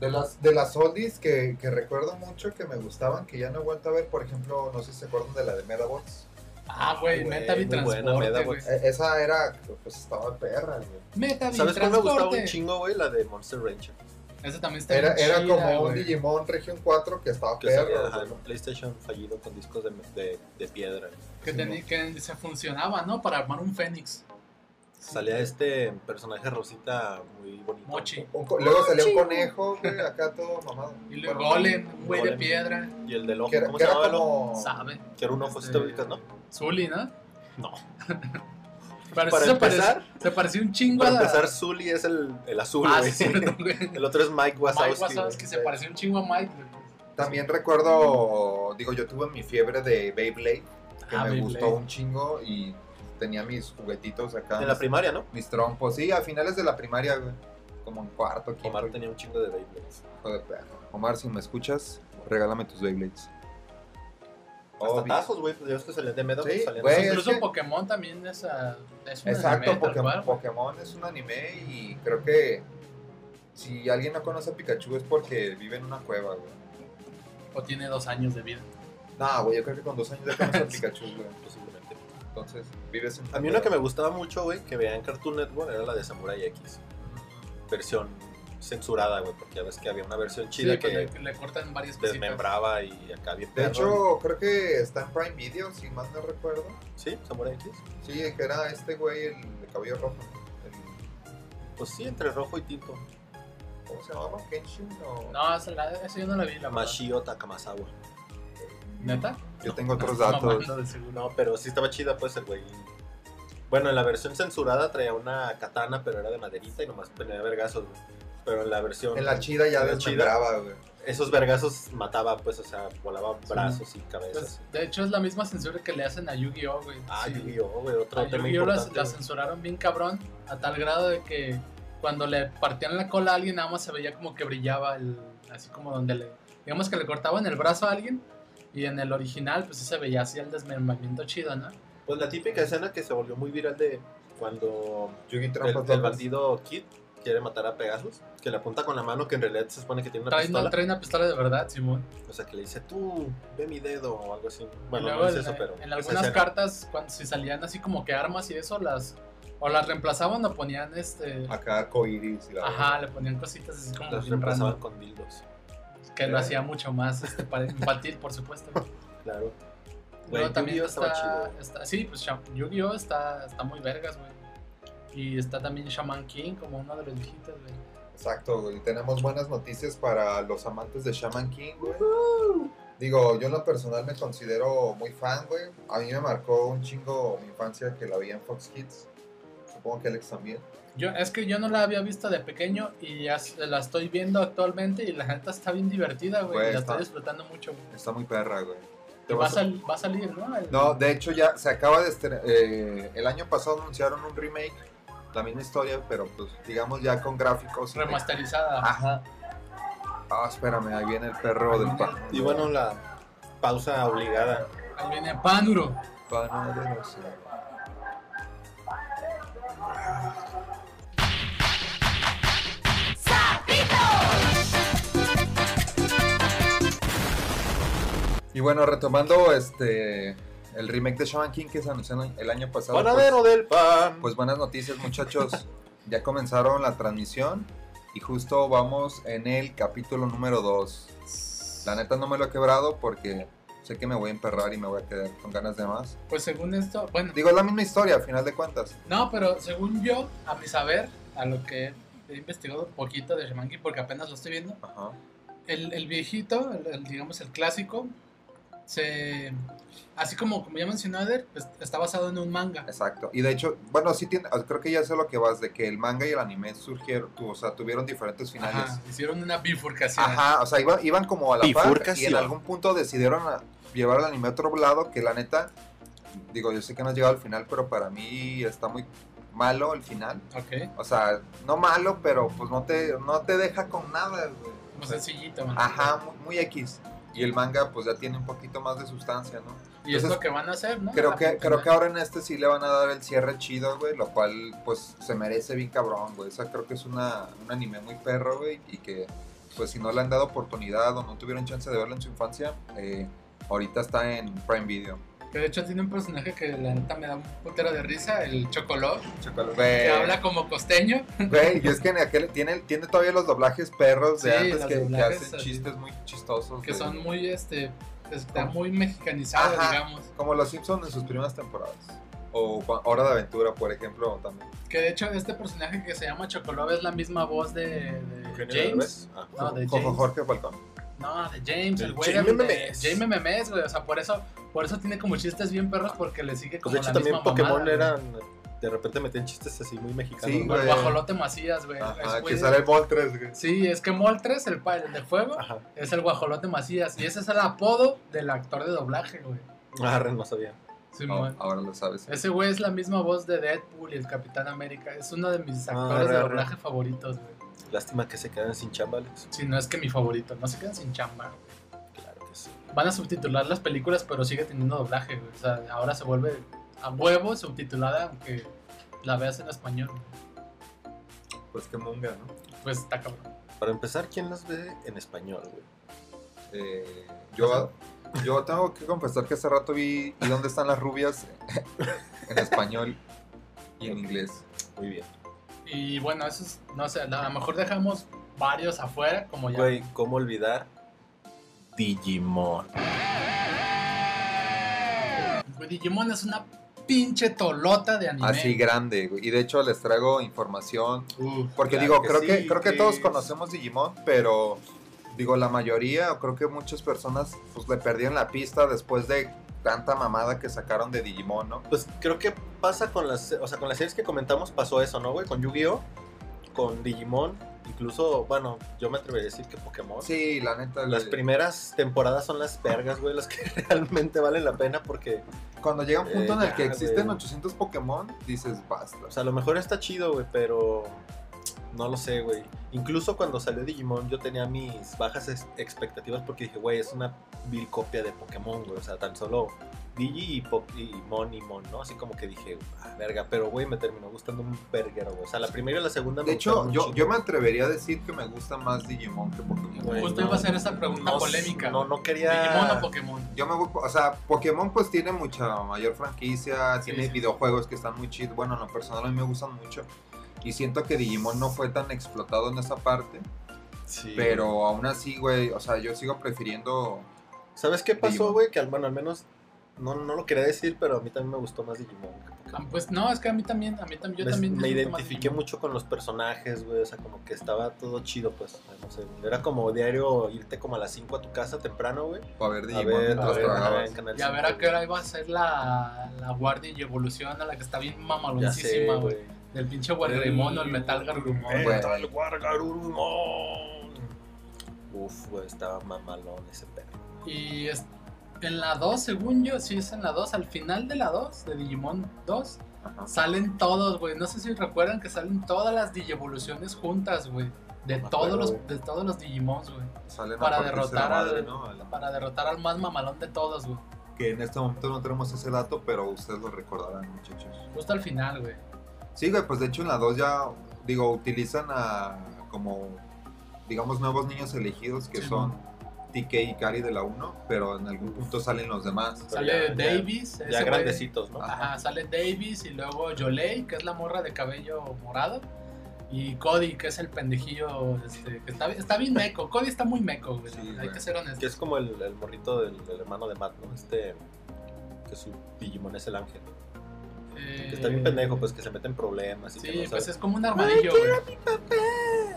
S3: De las, de las oldies que, que recuerdo mucho que me gustaban, que ya no he vuelto a ver, por ejemplo, no sé si se acuerdan de la de Medabots.
S1: Ah, güey,
S2: Güey,
S1: Metavi
S2: muy buena,
S1: Transporte,
S2: Metavi.
S1: güey.
S3: E- Esa era, pues estaba perra, güey.
S1: Metavi
S2: ¿Sabes cuál me gustaba un
S1: Transporte.
S2: chingo, güey? La de Monster Ranger.
S1: Ese también está
S3: Era,
S1: bien
S3: era
S1: chida,
S3: como un
S1: güey.
S3: Digimon Región 4 que estaba
S2: Que
S3: perro.
S2: salía ajá,
S3: güey.
S2: en un PlayStation fallido con discos de, de- de piedra.
S1: Que, tenía- que se funcionaba, ¿no? Para armar un Fénix.
S2: Salía este personaje rosita muy bonito.
S1: Mochi.
S3: Un co- luego salió un conejo, güey, acá todo mamado.
S1: Ah, Y luego
S3: Bueno,
S1: Golem, un güey de
S2: Golem.
S1: piedra.
S2: Y el del ojo,
S3: Que era,
S2: ¿cómo
S3: que
S2: se
S3: era
S2: llamaba el ojo?
S3: como.
S1: Sabe.
S2: Que era un ojo, si te
S3: Este-
S2: ubicas, ¿no?
S1: Zully, ¿no?
S2: No.
S1: Pero
S2: Para
S1: sí se parece-
S2: empezar-
S1: se pareció un chingo
S2: Para
S1: a la-
S2: empezar, Zully es el, el azul,
S1: Ah,
S2: güey.
S1: sí, cierto, güey.
S2: El otro es Mike Wazowski.
S1: Mike Wazowski
S2: güey.
S1: se pareció un chingo a Mike. güey.
S3: También recuerdo, digo, yo tuve mi fiebre de Beyblade, que
S1: Ah,
S3: me
S1: Beyblade.
S3: gustó un chingo y tenía mis juguetitos acá.
S2: En la
S3: mis-
S2: primaria, ¿no?
S3: mis trompos, sí, a finales de la primaria, güey. Como en cuarto, quinto.
S2: Omar tenía un chingo de Beyblades.
S3: hijo de perro. Omar, si me escuchas, regálame tus Beyblades.
S2: Hasta
S3: Obvio.
S2: tajos, güey. Ya ves que salían de Meadow.
S3: Oh, Sí,
S2: salían
S3: güey,
S2: de-
S3: es
S1: Incluso
S3: que-
S1: Pokémon también es, ah, es un
S3: Exacto,
S1: anime, tal
S3: Pokémon,
S1: cual, güey.
S3: Pokémon es un anime y creo que si alguien no conoce a Pikachu es porque vive en una cueva, güey.
S1: O tiene dos años de vida.
S3: No, güey, yo creo que con dos años ya conoces a Pikachu, güey.
S2: Posiblemente.
S3: Entonces, vives en
S2: A mí una que me gustaba mucho, güey, que veía en Cartoon Network era la de Samurai X. Versión censurada, güey, porque ya ves que había una versión chida
S1: Sí,
S2: que
S1: pues, le, le cortan varias cositas.
S2: desmembraba y acá bien
S3: De
S2: perro.
S3: hecho, creo que está en Prime Video, si más no recuerdo.
S2: ¿Sí? ¿Samurai X?
S3: Sí, que era este güey, el de cabello rojo. El,
S2: Pues sí, entre rojo y tinto.
S3: ¿Cómo se llamaba? ¿Kenshin? O...
S1: No, esa, la- esa yo no la vi, la verdad.
S2: Mashio Takamasawa.
S1: ¿Neta?
S3: Yo tengo otros
S1: Está
S3: datos.
S1: mamando de seguro.
S2: No, pero sí estaba chida, pues el güey. Bueno, en la versión censurada traía una katana, pero era de maderita y nomás tenía vergazos, güey. Pero en la versión.
S3: En la chida ya
S2: en la chida,
S3: desmembraba, güey.
S2: Esos vergazos mataba, pues, o sea, volaba brazos y cabezas.
S1: Pues, de hecho, es la misma censura que le hacen a Yu-Gi-Oh, güey.
S2: ah,
S1: Sí.
S2: Yu-Gi-Oh, güey, otro
S1: A
S2: tema
S1: Yu-Gi-Oh la,
S2: importante.
S1: la
S2: güey.
S1: censuraron bien cabrón, a tal grado de que cuando le partían la cola a alguien, nada más se veía como que brillaba, el, así como donde le. Digamos que le cortaban el brazo a alguien, y en el original, pues sí se veía así el desmembramiento chido, ¿no?
S2: Pues la típica escena que se volvió muy viral de cuando
S3: Yugi
S2: el,
S3: Trampas
S2: el
S3: Locas.
S2: bandido Kid quiere matar a Pegasus, que le apunta con la mano que en realidad se supone que tiene una
S1: Trae una,
S2: pistola.
S1: trae una pistola de verdad, Simón.
S2: O sea, que le dice, tú, ve mi dedo o algo así. Bueno,
S1: Y
S2: no
S1: luego
S2: es
S1: en-
S2: eso, pero.
S1: En
S2: esa
S1: algunas
S2: escena.
S1: cartas, cuando si salían así como que armas y eso, las. O las reemplazaban o ponían este.
S3: Acá Coiris y la
S1: Ajá, le ponían cositas así como
S2: Las
S1: bien
S2: reemplazaban
S1: random,
S2: con dildos.
S1: que lo hacía mucho más este, para infantil, por supuesto.
S2: Claro. Güey,
S1: Pero también
S2: Yu-Gi-Oh
S1: está,
S2: estaba chido.
S1: está- sí, pues Sha- Yu-Gi-Oh está, está muy vergas, güey. Y está también Shaman King como uno de los viejitos, güey.
S3: Exacto, güey. Tenemos buenas noticias para los amantes de Shaman King, güey. Digo, yo en lo personal me considero muy fan, güey. A mí me marcó un chingo mi infancia que la veía en Fox Kids. Supongo que Alex también.
S1: Yo, es que yo no la había visto de pequeño y ya s- la estoy viendo actualmente y la neta está bien divertida, güey.
S3: Güey,
S1: y la
S3: está-
S1: estoy disfrutando mucho. güey.
S3: Está muy perra, güey.
S1: Y va, a sal- va a salir, ¿no? El-
S3: No, de hecho ya se acaba de estrenar. eh, el año pasado anunciaron un remake. La misma historia, pero pues digamos ya con gráficos. y-
S1: Remasterizada.
S3: Ajá. Ah, espérame, ahí viene el perro del pan.
S2: Y bueno, la pausa obligada.
S1: Ahí viene Panuro.
S3: Panadero, sí. Y bueno, retomando este el remake de Shaman King que se anunció el año pasado. pues-
S2: Panadero del pan.
S3: pues buenas noticias, muchachos. ya comenzaron la transmisión. Y justo vamos en el capítulo número 2. La neta no me lo he quebrado porque sé que me voy a emperrar y me voy a quedar con ganas de más.
S1: Pues según esto, bueno,
S3: Digo, es la misma historia, al final de cuentas.
S1: no, pero según yo, a mi saber, a lo que he investigado un poquito de Shamangi, porque apenas lo estoy viendo,
S3: Ajá.
S1: el, el viejito, el- el, digamos el clásico, se, así como, como ya mencionó Eder, pues, está basado en un manga.
S3: Exacto. Y de hecho, bueno, sí tiene, ah, creo que ya sé lo que vas, de que el manga y el anime surgieron, tu- o sea, tuvieron diferentes finales.
S1: Ajá, hicieron una bifurcación.
S3: Ajá, o sea, iba- iban como a la par y
S4: Bifurcación.
S3: en algún punto decidieron a- llevar el anime a otro lado que la neta, digo, yo sé que no has llegado al final, pero para mí está muy malo el final.
S1: Ok,
S3: O sea, no malo, pero pues no te, no te deja con nada, güey.
S1: como sencillito. man.
S3: Ajá, muy, muy X. Y el manga pues ya tiene un poquito más de sustancia, ¿no?
S1: Y es
S3: entonces,
S1: lo que van a hacer, ¿no?
S3: Creo
S1: La
S3: que, creo
S1: bifurcación.
S3: que ahora en este sí le van a dar el cierre chido, güey, lo cual pues se merece bien cabrón, güey. O sea, creo que es una, un anime muy perro, güey, y que pues si no le han dado oportunidad o no tuvieron chance de verlo en su infancia, eh, ahorita está en Prime Video.
S1: Que de hecho tiene un personaje que la neta me da un putero de risa, el Chocoló,
S3: Chocolate.
S1: que
S3: Güey,
S1: habla como costeño.
S3: güey, y es que en aquel, tiene, tiene todavía los doblajes perros de
S1: Sí,
S3: antes
S1: los
S3: que, que
S1: doblajes
S3: hacen
S1: así.
S3: chistes muy chistosos.
S1: que
S3: de-
S1: son muy este está muy mexicanizado
S3: Ajá.
S1: digamos
S3: Como los Simpsons en sus primeras temporadas. O Ju- Hora de Aventura, por ejemplo, también.
S1: que de hecho este personaje que se llama Chocolove es la misma voz de, de James
S2: Ah.
S1: no de
S3: Jojo
S1: James Eh,
S3: Jorge Falcón.
S1: no de James
S2: De
S1: el güey
S2: Jaime
S1: de- de
S2: Memes.
S1: Jaime Memes güey o sea por eso por eso tiene como chistes bien perros porque le sigue
S2: Pues
S1: como
S2: de hecho
S1: la
S2: también
S1: misma
S2: Pokémon
S1: mamada,
S2: eran. De repente metían chistes así muy mexicanos.
S3: Sí,
S2: ¿no?
S1: güey. O el
S3: güey.
S1: guajolote Macías güey
S3: Ajá,
S1: Es, güey,
S3: que sale el Moltres, güey.
S1: sí es que Moltres el pa- el de fuego
S2: Ajá.
S1: es el guajolote Macías y ese es el apodo del actor de doblaje güey
S2: Arre, no sabía.
S1: Sí,
S3: Oh,
S1: man. Eh.
S3: ahora lo sabes.
S1: Ese güey es la misma voz de Deadpool y el Capitán América. Es uno de mis
S2: Ah,
S1: actores
S2: arre,
S1: de
S2: arre.
S1: doblaje favoritos, güey.
S2: Lástima que se quedan sin chamba, Alex.
S1: Si no es que mi favorito. No se quedan sin chamba.
S2: Claro que sí.
S1: Van a subtitular las películas, pero sigue teniendo doblaje, güey. O sea, ahora se vuelve a huevo subtitulada, aunque la veas en español.
S3: Pues qué monga, ¿no?
S1: Pues está cabrón.
S2: Para empezar, ¿quién las ve en español, güey?
S3: Eh, yo, yo tengo que confesar que hace rato vi ¿Y dónde están las rubias? en español y en inglés.
S2: Muy bien.
S1: Y bueno, eso es, no sé, a lo mejor dejamos varios afuera, como ya.
S2: Güey, ¿cómo olvidar Digimon?
S1: Güey, Digimon es una pinche tolota de anime.
S3: Así grande, güey. Y de hecho les traigo información.
S1: Uf.
S3: Porque
S2: Claro
S3: digo,
S2: que
S3: creo, que,
S2: sí,
S3: creo que
S2: que
S3: todos
S2: es-
S3: conocemos Digimon, pero digo, la mayoría, o creo que muchas personas, pues le perdieron la pista después de tanta mamada que sacaron de Digimon, ¿no?
S2: Pues creo que pasa con las, o sea, con las series que comentamos pasó eso, ¿no, güey? Con Yu-Gi-Oh, con Digimon, incluso, bueno, yo me atrevería a decir que Pokémon.
S3: Sí, la neta.
S2: Las
S3: güey.
S2: primeras temporadas son las vergas, güey, las que realmente valen la pena porque,
S3: Cuando llega un punto
S2: Eh,
S3: en el
S2: ya,
S3: que existen
S2: güey.
S3: 800 Pokémon, dices basta.
S2: o sea, a lo mejor está chido, güey, pero no lo sé, güey. Incluso cuando salió Digimon yo tenía mis bajas ex- expectativas porque dije, güey, es una vil copia de Pokémon, güey, o sea, tan solo Digi y, Pop y Mon y Mon, ¿no? Así como que dije, ah, verga, pero, güey, me terminó gustando un verguero, güey. O sea, la primera y la segunda
S3: de
S2: me
S3: hecho,
S2: gustaron un
S3: yo,
S2: chingo.
S3: yo me atrevería a decir que me gusta más Digimon que Pokémon.
S2: Güey,
S1: Justo iba a ser esa pregunta polémica,
S2: No,
S1: güey.
S2: no quería.
S1: Digimon o Pokémon.
S3: Yo me voy, por- o sea, Pokémon pues tiene mucha mayor franquicia,
S1: Sí,
S3: tiene
S1: sí.
S3: videojuegos que están muy chidos, bueno, en lo personal a mí me gustan mucho y siento que Digimon no fue tan explotado en esa parte,
S2: Sí.
S3: pero aún así, güey, o sea, yo sigo prefiriendo
S2: ¿Sabes qué pasó,
S3: Digimon.
S2: güey? Que al, bueno, al menos. No, no lo quería decir, pero a mí también me gustó más Digimon. que
S1: Ah,
S2: Pokémon.
S1: Pues no, es que a mí también, a mí tam- yo
S2: me,
S1: también
S2: me
S1: disfruto más
S2: identifiqué
S1: Digimon.
S2: mucho con los personajes, güey. O sea, como que estaba todo chido, pues. o sea, No sé. Era como diario irte como a las 5 a tu casa temprano, güey.
S3: a ver
S2: A
S3: Digimon
S2: ver, a
S3: mientras
S2: ver, a ver,
S3: tragabas.
S2: en Canal
S1: Y a ver
S2: 5,
S1: a qué hora iba a ser la, la guardia y evolución a la que está bien
S2: güey. Ya sé,
S1: mamaloncísima, güey.
S2: güey.
S1: Del pinche guarrimón o el metal gargumón.
S3: Güey.
S2: Metal Gargarurumon. Uf, güey, estaba mamalón ese perro.
S1: Y es- en la 2, según yo, sí es en la 2, al final de la 2, de Digimon 2,
S3: Ajá.
S1: salen todos, güey. No sé si recuerdan que salen todas las digievoluciones juntas, güey. De,
S2: No me
S1: todos
S2: acuerdo,
S1: los,
S2: güey.
S1: de todos los Digimons, güey.
S3: Salen a
S1: para
S3: partirse la
S1: derrotar
S3: madre,
S1: al-
S3: ¿no? Al-
S1: Para derrotar al más mamalón de todos, güey.
S3: Que en este momento no tenemos ese dato, pero ustedes lo recordarán, muchachos.
S1: Justo al final, güey.
S3: Sí, güey, pues de hecho en la 2 ya, digo, utilizan a como, digamos, nuevos niños elegidos que
S1: Sí,
S3: son TK y Kari de la 1, pero en algún punto salen los demás.
S2: Pero
S1: Sale
S2: ya- ya-
S1: Davis. ese
S2: Ya
S1: güey. Ah.
S2: grandecitos, ¿no?
S1: Ajá, sale Davis y luego Yolei, que es la morra de cabello morado. Y Cody, que es el pendejillo, este, que está, está bien meco. Cody está muy meco, güey.
S3: Sí,
S1: hay
S3: güey.
S1: que ser honestos.
S2: Que es como el, el morrito del, del hermano de Matt, ¿no? Este. Que su Digimon es el ángel. Que está bien
S1: Eh,
S2: pendejo, pues que se mete en problemas. Y
S1: Sí,
S2: que no
S1: pues
S2: sabe-
S1: es como un armadillo, güey.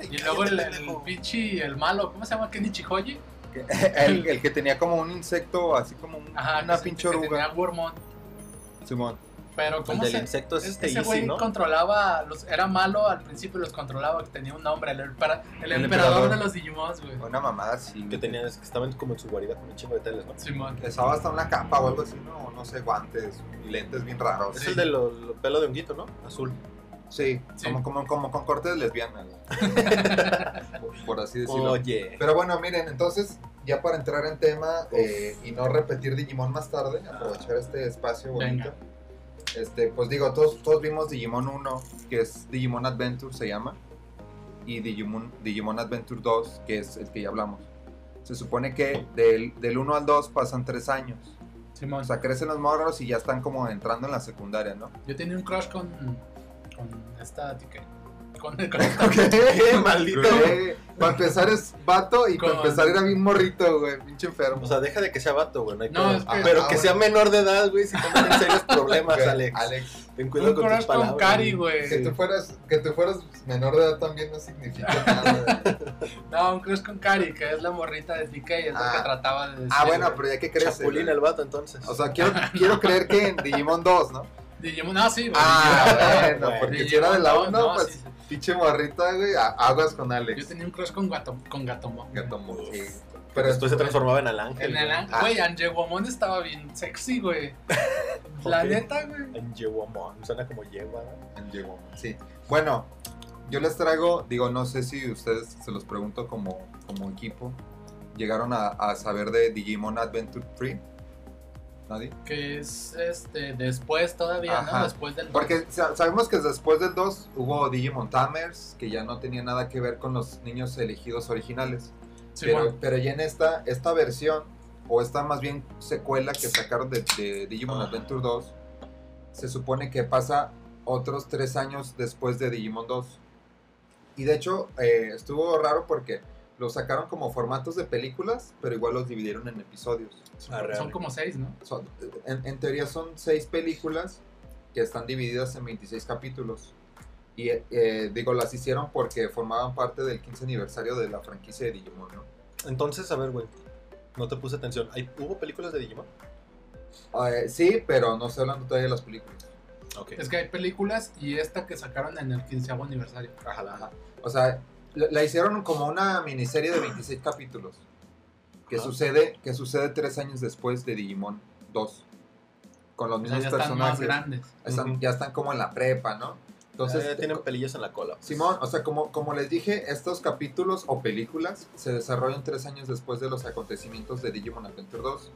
S2: ¡Ay,
S1: Y luego el,
S2: cállate,
S1: el
S2: pendejo!
S1: pichi, el malo, ¿cómo se llama? Kenichi Hoji.
S3: El, el que tenía como un insecto, así como un-
S1: Ajá, que
S3: una
S1: es el
S3: pinche
S1: que tenía
S3: oruga.
S1: Wormon.
S3: Simón.
S1: Pero
S2: El
S1: ¿cómo
S2: del
S1: se...?
S2: insecto es este
S1: ese
S2: Easy,
S1: güey
S2: ¿no?
S1: controlaba, los, era malo al principio, los controlaba, que tenía un nombre, el, empera- el
S3: El
S1: emperador,
S3: emperador.
S1: de los Digimons, güey.
S3: Una mamada así.
S2: Que tenía, es que estaban como en su guarida con un chingo de teles, ¿no?
S1: Simón.
S3: Usaba hasta una capa o algo así, no, no sé, guantes y lentes bien raros.
S2: Es el del lo- lo- pelo de honguito, ¿no? Azul.
S3: Sí,
S1: Sí.
S3: Como, como, como con cortes lesbianas. por, por así decirlo.
S2: Oye.
S3: Pero bueno, miren, entonces, ya para entrar en tema eh, y no repetir Digimon más tarde, aprovechar este espacio bonito.
S1: Venga.
S3: Este, pues digo, todos, todos vimos Digimon 1, que es Digimon Adventure, se llama, y Digimon, Digimon Adventure 2, que es el que ya hablamos. Se supone que del, del 1 al 2 pasan 3 años.
S1: Simón.
S3: O sea, crecen los morros y ya están como entrando en la secundaria, ¿no?
S1: Yo tenía un crush con, con esta tica. Con, con esta-
S2: Maldito.
S3: Eh, Para empezar es vato y para
S1: Con-
S3: empezar era bien morrito, güey, pinche enfermo.
S2: O sea, deja de que sea vato, güey. No, hay
S1: No,
S2: pedo.
S1: es que-
S2: Ah, Pero
S3: ah,
S2: que
S3: bueno.
S2: sea menor de edad, güey, si toman en serios problemas,
S3: Güey,
S2: Alex.
S3: Alex,
S2: Ten cuidado
S1: un
S2: con tus
S1: crush
S2: palabras.
S1: con Cari, güey.
S3: que tú, fueras, que tú fueras menor de edad también no significa nada. güey.
S1: No, un crush con Cari, que es la morrita de TK, es
S3: Ah.
S1: lo que trataba de decir.
S3: Ah, bueno,
S1: güey.
S3: pero ya que crece.
S2: Chapulín
S3: güey.
S2: el vato, entonces.
S3: O sea, quiero, quiero creer que en Digimon 2, ¿no?
S1: Digimon, no, sí, güey.
S3: Ah, bueno,
S2: bueno,
S3: porque si
S1: Digimon
S3: era de la
S1: dos,
S3: 1,
S1: no,
S3: pues
S1: sí, sí.
S3: pinche morrita, güey, a- aguas con
S1: Yo
S3: Alex.
S1: tenía un crush con, gato, con Gatomo.
S3: Gatomo, Ah. sí.
S2: pero
S3: Pero
S2: después se transformaba en el ángel.
S1: En el
S2: güey.
S1: an- Güey, Angewomon estaba bien sexy, güey. la
S2: Ok.
S1: neta, güey.
S2: En Yewamon. Suena como yegua, ¿no?
S3: Llegó. Sí. Bueno, yo les traigo, digo, no sé si ustedes se los pregunto como, como equipo. ¿Llegaron a, a saber de Digimon Adventure 3? ¿Nadie?
S1: Que es este después todavía,
S3: Ajá.
S1: ¿no? Después del
S3: Porque sa- sabemos que después del 2 hubo Digimon Tamers, que ya no tenía nada que ver con los niños elegidos originales.
S1: Sí,
S3: pero,
S1: bueno.
S3: pero ya en esta, esta versión, o esta más bien secuela que sacaron de, de Digimon
S2: Ajá.
S3: Adventure 2, se supone que pasa otros tres años después de Digimon 2. Y de hecho, eh, estuvo raro porque lo sacaron como formatos de películas, pero igual los dividieron en episodios.
S2: Arre,
S1: son
S2: arre.
S1: como seis, ¿no?
S3: Son- en, en teoría son seis películas que están divididas en 26 capítulos. Y eh, eh, digo, las hicieron porque formaban parte del 15 aniversario de la franquicia de Digimon, ¿no?
S2: Entonces, a ver, güey. No te puse atención. ¿Hay- ¿Hubo películas de Digimon?
S3: Eh, sí, pero no estoy hablando todavía de las películas.
S2: Ok.
S1: Es que hay películas y esta que sacaron en el 15 aniversario.
S2: Ajala, ajá.
S3: O sea, la, la hicieron como una miniserie de 26 capítulos. Que
S2: Ajá.
S3: sucede, que sucede tres años después de Digimon 2. Con los
S1: O sea,
S3: mismos
S1: ya están más
S3: personajes.
S1: grandes.
S3: Están-
S2: Ujú.
S3: Ya están como en la prepa, ¿no? Entonces,
S2: Ah, ya
S3: te-
S2: tienen pelillos en la cola. pues.
S3: Simón, o sea, como, como les dije, estos capítulos o películas se desarrollan tres años después de los acontecimientos de Digimon Adventure 2.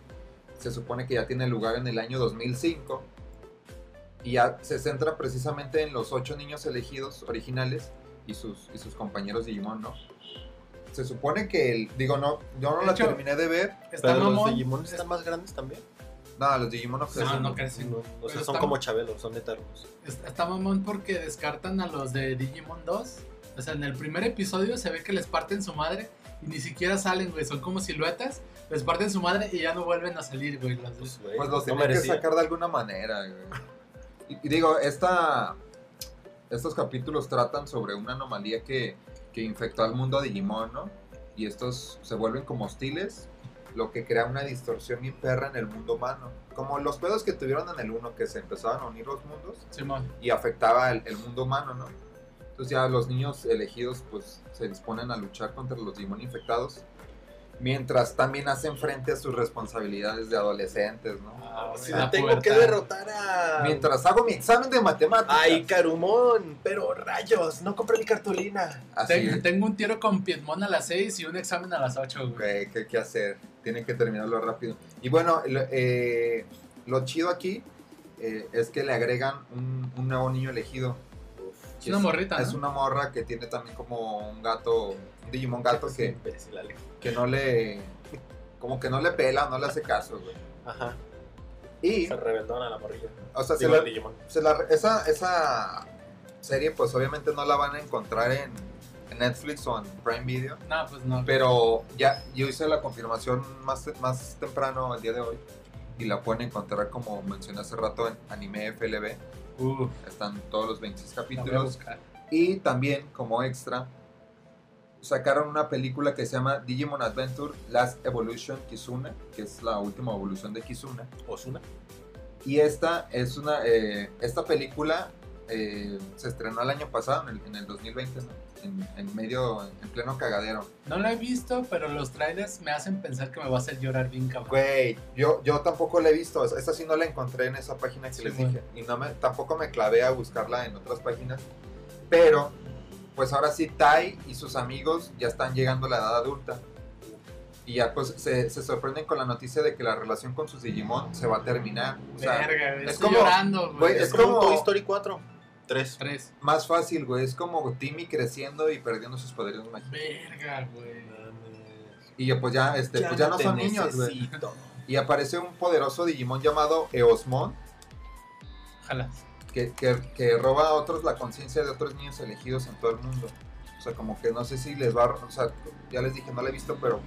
S3: Se supone que ya tiene lugar en el año 2005 y ya se centra precisamente en los ocho niños elegidos originales y sus, y sus compañeros Digimon, ¿no? Se supone que, el, digo, no, yo no
S1: De
S3: la
S1: hecho,
S3: terminé de ver.
S1: Está
S2: Pero los
S1: mamón.
S2: Digimon están más grandes también.
S3: Nada, los Digimon Ah, no
S1: Ah,
S3: crecen.
S1: No, no crecen.
S2: No, o sea,
S1: Pero
S2: son
S1: están-
S2: como chabelos, son eternos.
S1: Es- Está mamón porque descartan a los de Digimon 2. O sea, en el primer episodio se ve que les parten su madre y ni siquiera salen, güey. Son como siluetas. Les parten su madre y ya no vuelven a salir, güey. los de-
S2: Pues, güey,
S3: Pues los
S2: no
S3: tenían que
S2: merecían.
S3: sacar de alguna manera. güey. Y, y digo, esta, estos capítulos tratan sobre una anomalía que, que infectó al mundo de Digimon, ¿no? Y estos se vuelven como hostiles, lo que crea una distorsión bien perra en el mundo humano. Como los pedos que tuvieron en el 1, que se empezaban a unir los mundos
S1: Simón.
S3: y afectaba el, el mundo humano, ¿no? Entonces ya los niños elegidos pues se disponen a luchar contra los Digimon infectados, mientras también hacen frente a sus responsabilidades de adolescentes, ¿no?
S2: Ah,
S1: güey,
S2: sí,
S1: la
S2: tengo
S1: pubertad.
S2: que derrotar a.
S3: Mientras hago mi examen de matemáticas.
S2: Ay, Carumón, pero rayos, no compré mi cartulina.
S3: Así,
S1: Ten- tengo un tiro con Piedmon a las 6 y un examen a las 8, güey.
S3: güey, ¿qué, qué hacer? Tienen que terminarlo rápido. Y bueno, lo, eh, lo chido aquí eh, es que le agregan un, un nuevo niño elegido.
S2: Uf,
S1: Es una morrita,
S3: Es
S1: ¿no?
S3: una morra que tiene también como un gato, un Digimon gato
S2: es
S3: que,
S2: imbécil, Alex.
S3: que no le... Como que no le pela, no le hace caso, güey.
S2: Ajá,
S3: Y,
S2: se rebeldona la morrilla.
S3: o sea, Pues se
S2: Digo,
S3: la,
S2: Digimon.
S3: se la- esa, esa serie, pues obviamente no la van a encontrar en, en Netflix o en Prime Video.
S1: No, pues no.
S3: Pero ya yo hice la confirmación más, más temprano el día de hoy. Y la pueden encontrar, como mencioné hace rato, en Anime FLB.
S1: Uh,
S3: Están todos los 26
S1: la voy a
S3: capítulos.
S1: buscar.
S3: Y también, como extra, sacaron una película que se llama Digimon Adventure Last Evolution Kizuna, que es la última evolución de Kizuna.
S2: Osuna.
S3: Y esta es una. eh, esta película eh, se estrenó el año pasado, en el, en el 2020, ¿no? en, en medio, en pleno cagadero.
S1: No la he visto, pero los trailers me hacen pensar que me va a hacer llorar bien cabrón.
S3: Güey, yo, yo tampoco la he visto. es- Esta sí no la encontré en esa página que
S1: Sí,
S3: les
S1: güey.
S3: dije. Y no me, tampoco me clavé a buscarla en otras páginas. Pero, pues ahora sí, Tai y sus amigos ya están llegando a la edad adulta. Y ya pues se, se sorprenden con la noticia de que la relación con sus Digimon se va a terminar. O sea,
S1: Verga, güey,
S3: es
S1: estoy
S3: como-
S1: llorando, güey.
S3: güey,
S2: Es,
S3: Es
S2: como,
S3: como-
S2: Toy Story 4. 3.
S1: Tres.
S3: más fácil, güey. Es como Timmy creciendo y perdiendo sus poderes mágicos.
S1: Verga, güey.
S3: Y ya, pues ya, este, pues ya no son niños, güey.
S2: Este,
S3: Pues, Y aparece un poderoso Digimon llamado Eosmon.
S1: Ojalá.
S3: que, que- que roba a otros la conciencia de otros niños elegidos en todo el mundo. O sea, como que no sé si les va a... O sea, ya les dije, no la he visto, pero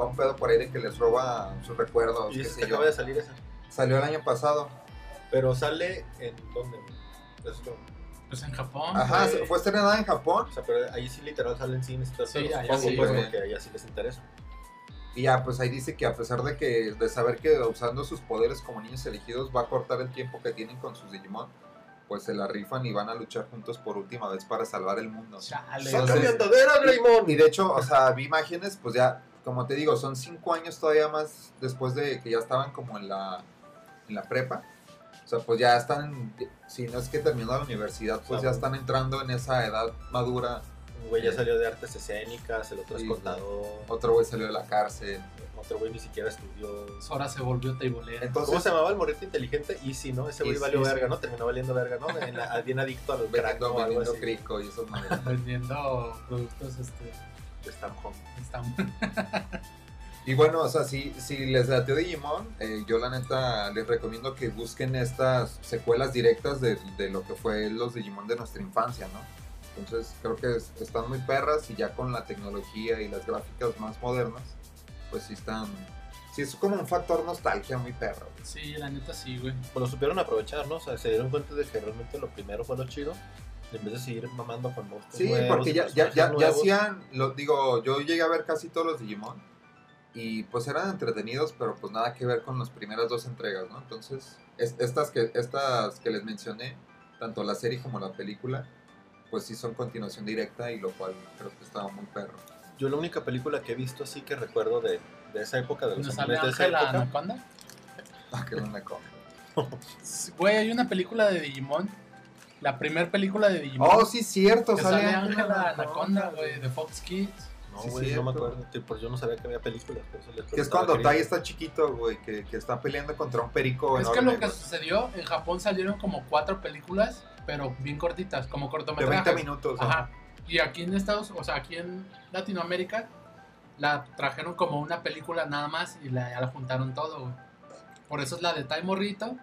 S3: va un pedo por ahí de que les roba sus recuerdos,
S2: Y
S3: qué
S2: es
S3: sé
S2: que
S3: yo.
S2: acaba de salir esa.
S3: Salió el año pasado.
S2: Pero sale en dónde? güey? Es lo-
S1: Pues en Japón.
S3: Ajá,
S2: güey.
S3: fue estrenada en Japón.
S2: O sea, pero ahí sí literal salen sin estas
S1: Sí, allá
S3: sí, güey.
S2: porque allá sí les interesa.
S3: Y ya, pues ahí dice que a pesar de que de saber que usando sus poderes como niños elegidos va a cortar el tiempo que tienen con sus Digimon, pues se la rifan y van a luchar juntos por última vez para salvar el mundo.
S1: Chale.
S3: Saca
S2: ¡Saca mi
S3: mi
S2: andadera, Greymon!
S3: Y de hecho, o sea, vi imágenes, pues ya, como te digo, son cinco años todavía más después de que ya estaban como en la, en la prepa. O sea, pues ya están, si no es que terminó la universidad, pues ya están entrando en esa edad madura.
S2: Güey, ya salió de artes escénicas, el otro es
S3: Sí, güey.
S2: contador,
S3: Otro güey salió de la cárcel.
S2: otro güey ni siquiera estudió.
S1: Sora se volvió teibolera.
S2: ¿Cómo se
S3: Entonces,
S2: llamaba el morrito inteligente? Easy, ¿no? Ese güey
S3: Easy,
S2: valió
S3: sí.
S2: verga, ¿no? Terminó valiendo verga, ¿no? En la- bien adicto al crack
S3: vendiendo,
S2: o algo
S3: vendiendo
S2: así.
S3: crico y esas madres.
S1: Vendiendo productos, este.
S2: Están home.
S1: están-
S3: Y bueno, o sea, si, si les latió Digimon, eh, yo la neta les recomiendo que busquen estas secuelas directas de, de lo que fue los Digimon de nuestra infancia, ¿no? Entonces creo que es- están muy perras y ya con la tecnología y las gráficas más modernas, pues sí están... Sí, es como un factor nostalgia muy perro. güey.
S1: Sí, la neta sí, güey.
S2: Pues lo supieron aprovechar, ¿no? O sea, se dieron cuenta de que realmente lo primero fue lo chido. En vez de seguir mamando con monstruos
S3: Sí,
S2: nuevos,
S3: porque ya, ya, ya,
S2: personajes
S3: ya
S2: nuevos.
S3: hacían, lo, digo, yo llegué a ver casi todos los Digimon y pues eran entretenidos, pero pues nada que ver con las primeras dos entregas, ¿no? Entonces, es- estas, que, estas que les mencioné, tanto la serie como la película, pues sí son continuación directa y lo cual creo que estaba muy perro.
S2: Yo la única película que he visto así que recuerdo de, de esa época, de los
S1: ¿No sale
S2: animes de esa
S1: Ángela
S2: época,
S1: Anaconda?
S3: Ah, que no me acuerdo.
S1: Sí, Güey, hay una película de Digimon. La primera película de Digimon.
S3: oh, sí, cierto,
S1: que sale
S3: sale
S1: Ángela
S3: Ángela
S1: Anaconda, güey, de Fox Kids.
S2: No,
S3: Sí,
S2: güey, no
S3: cierto.
S2: me acuerdo. tío, pues yo no sabía que había películas. por eso les
S3: Que es
S2: preguntaba
S3: cuando
S2: querido.
S3: Tai está chiquito, güey, que, que está peleando contra un perico.
S1: Es que lo
S3: enorme,
S1: que
S3: güey,
S1: sucedió, en Japón salieron como cuatro películas, pero bien cortitas, como
S3: De 20
S1: cortometrajes.
S3: minutos.
S1: Ajá. Y aquí en Estados, o sea, aquí en Latinoamérica, la trajeron como una película nada más y la, ya la juntaron todo, güey. Por eso es la de Tai Morrito.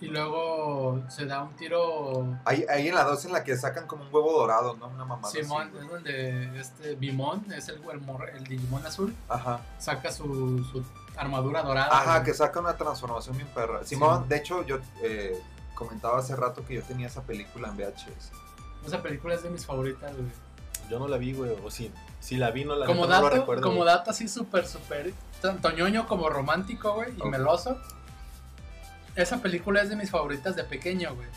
S1: Y luego se da un tiro
S3: Hay, hay en la 2 en la que sacan como un huevo dorado, ¿no? Una mamada. así,
S1: Simón,
S3: güey.
S1: es donde este Bimon, es el, el, mor- el Digimon azul,
S3: Ajá.
S1: saca su, su armadura dorada.
S3: Ajá,
S1: güey.
S3: que saca una transformación bien perra. Simón, de hecho, yo eh, comentaba hace rato que yo tenía esa película en VHS.
S1: Esa película es de mis favoritas, güey.
S2: Yo no la vi, güey. O sí. Si la vi, no la
S1: como
S2: neta no
S1: dato,
S2: la recuerdo.
S1: como
S2: güey.
S1: dato así súper, súper, tanto ñoño como romántico, güey, y
S3: Ok.
S1: meloso. Esa película es de mis favoritas de pequeño, güey.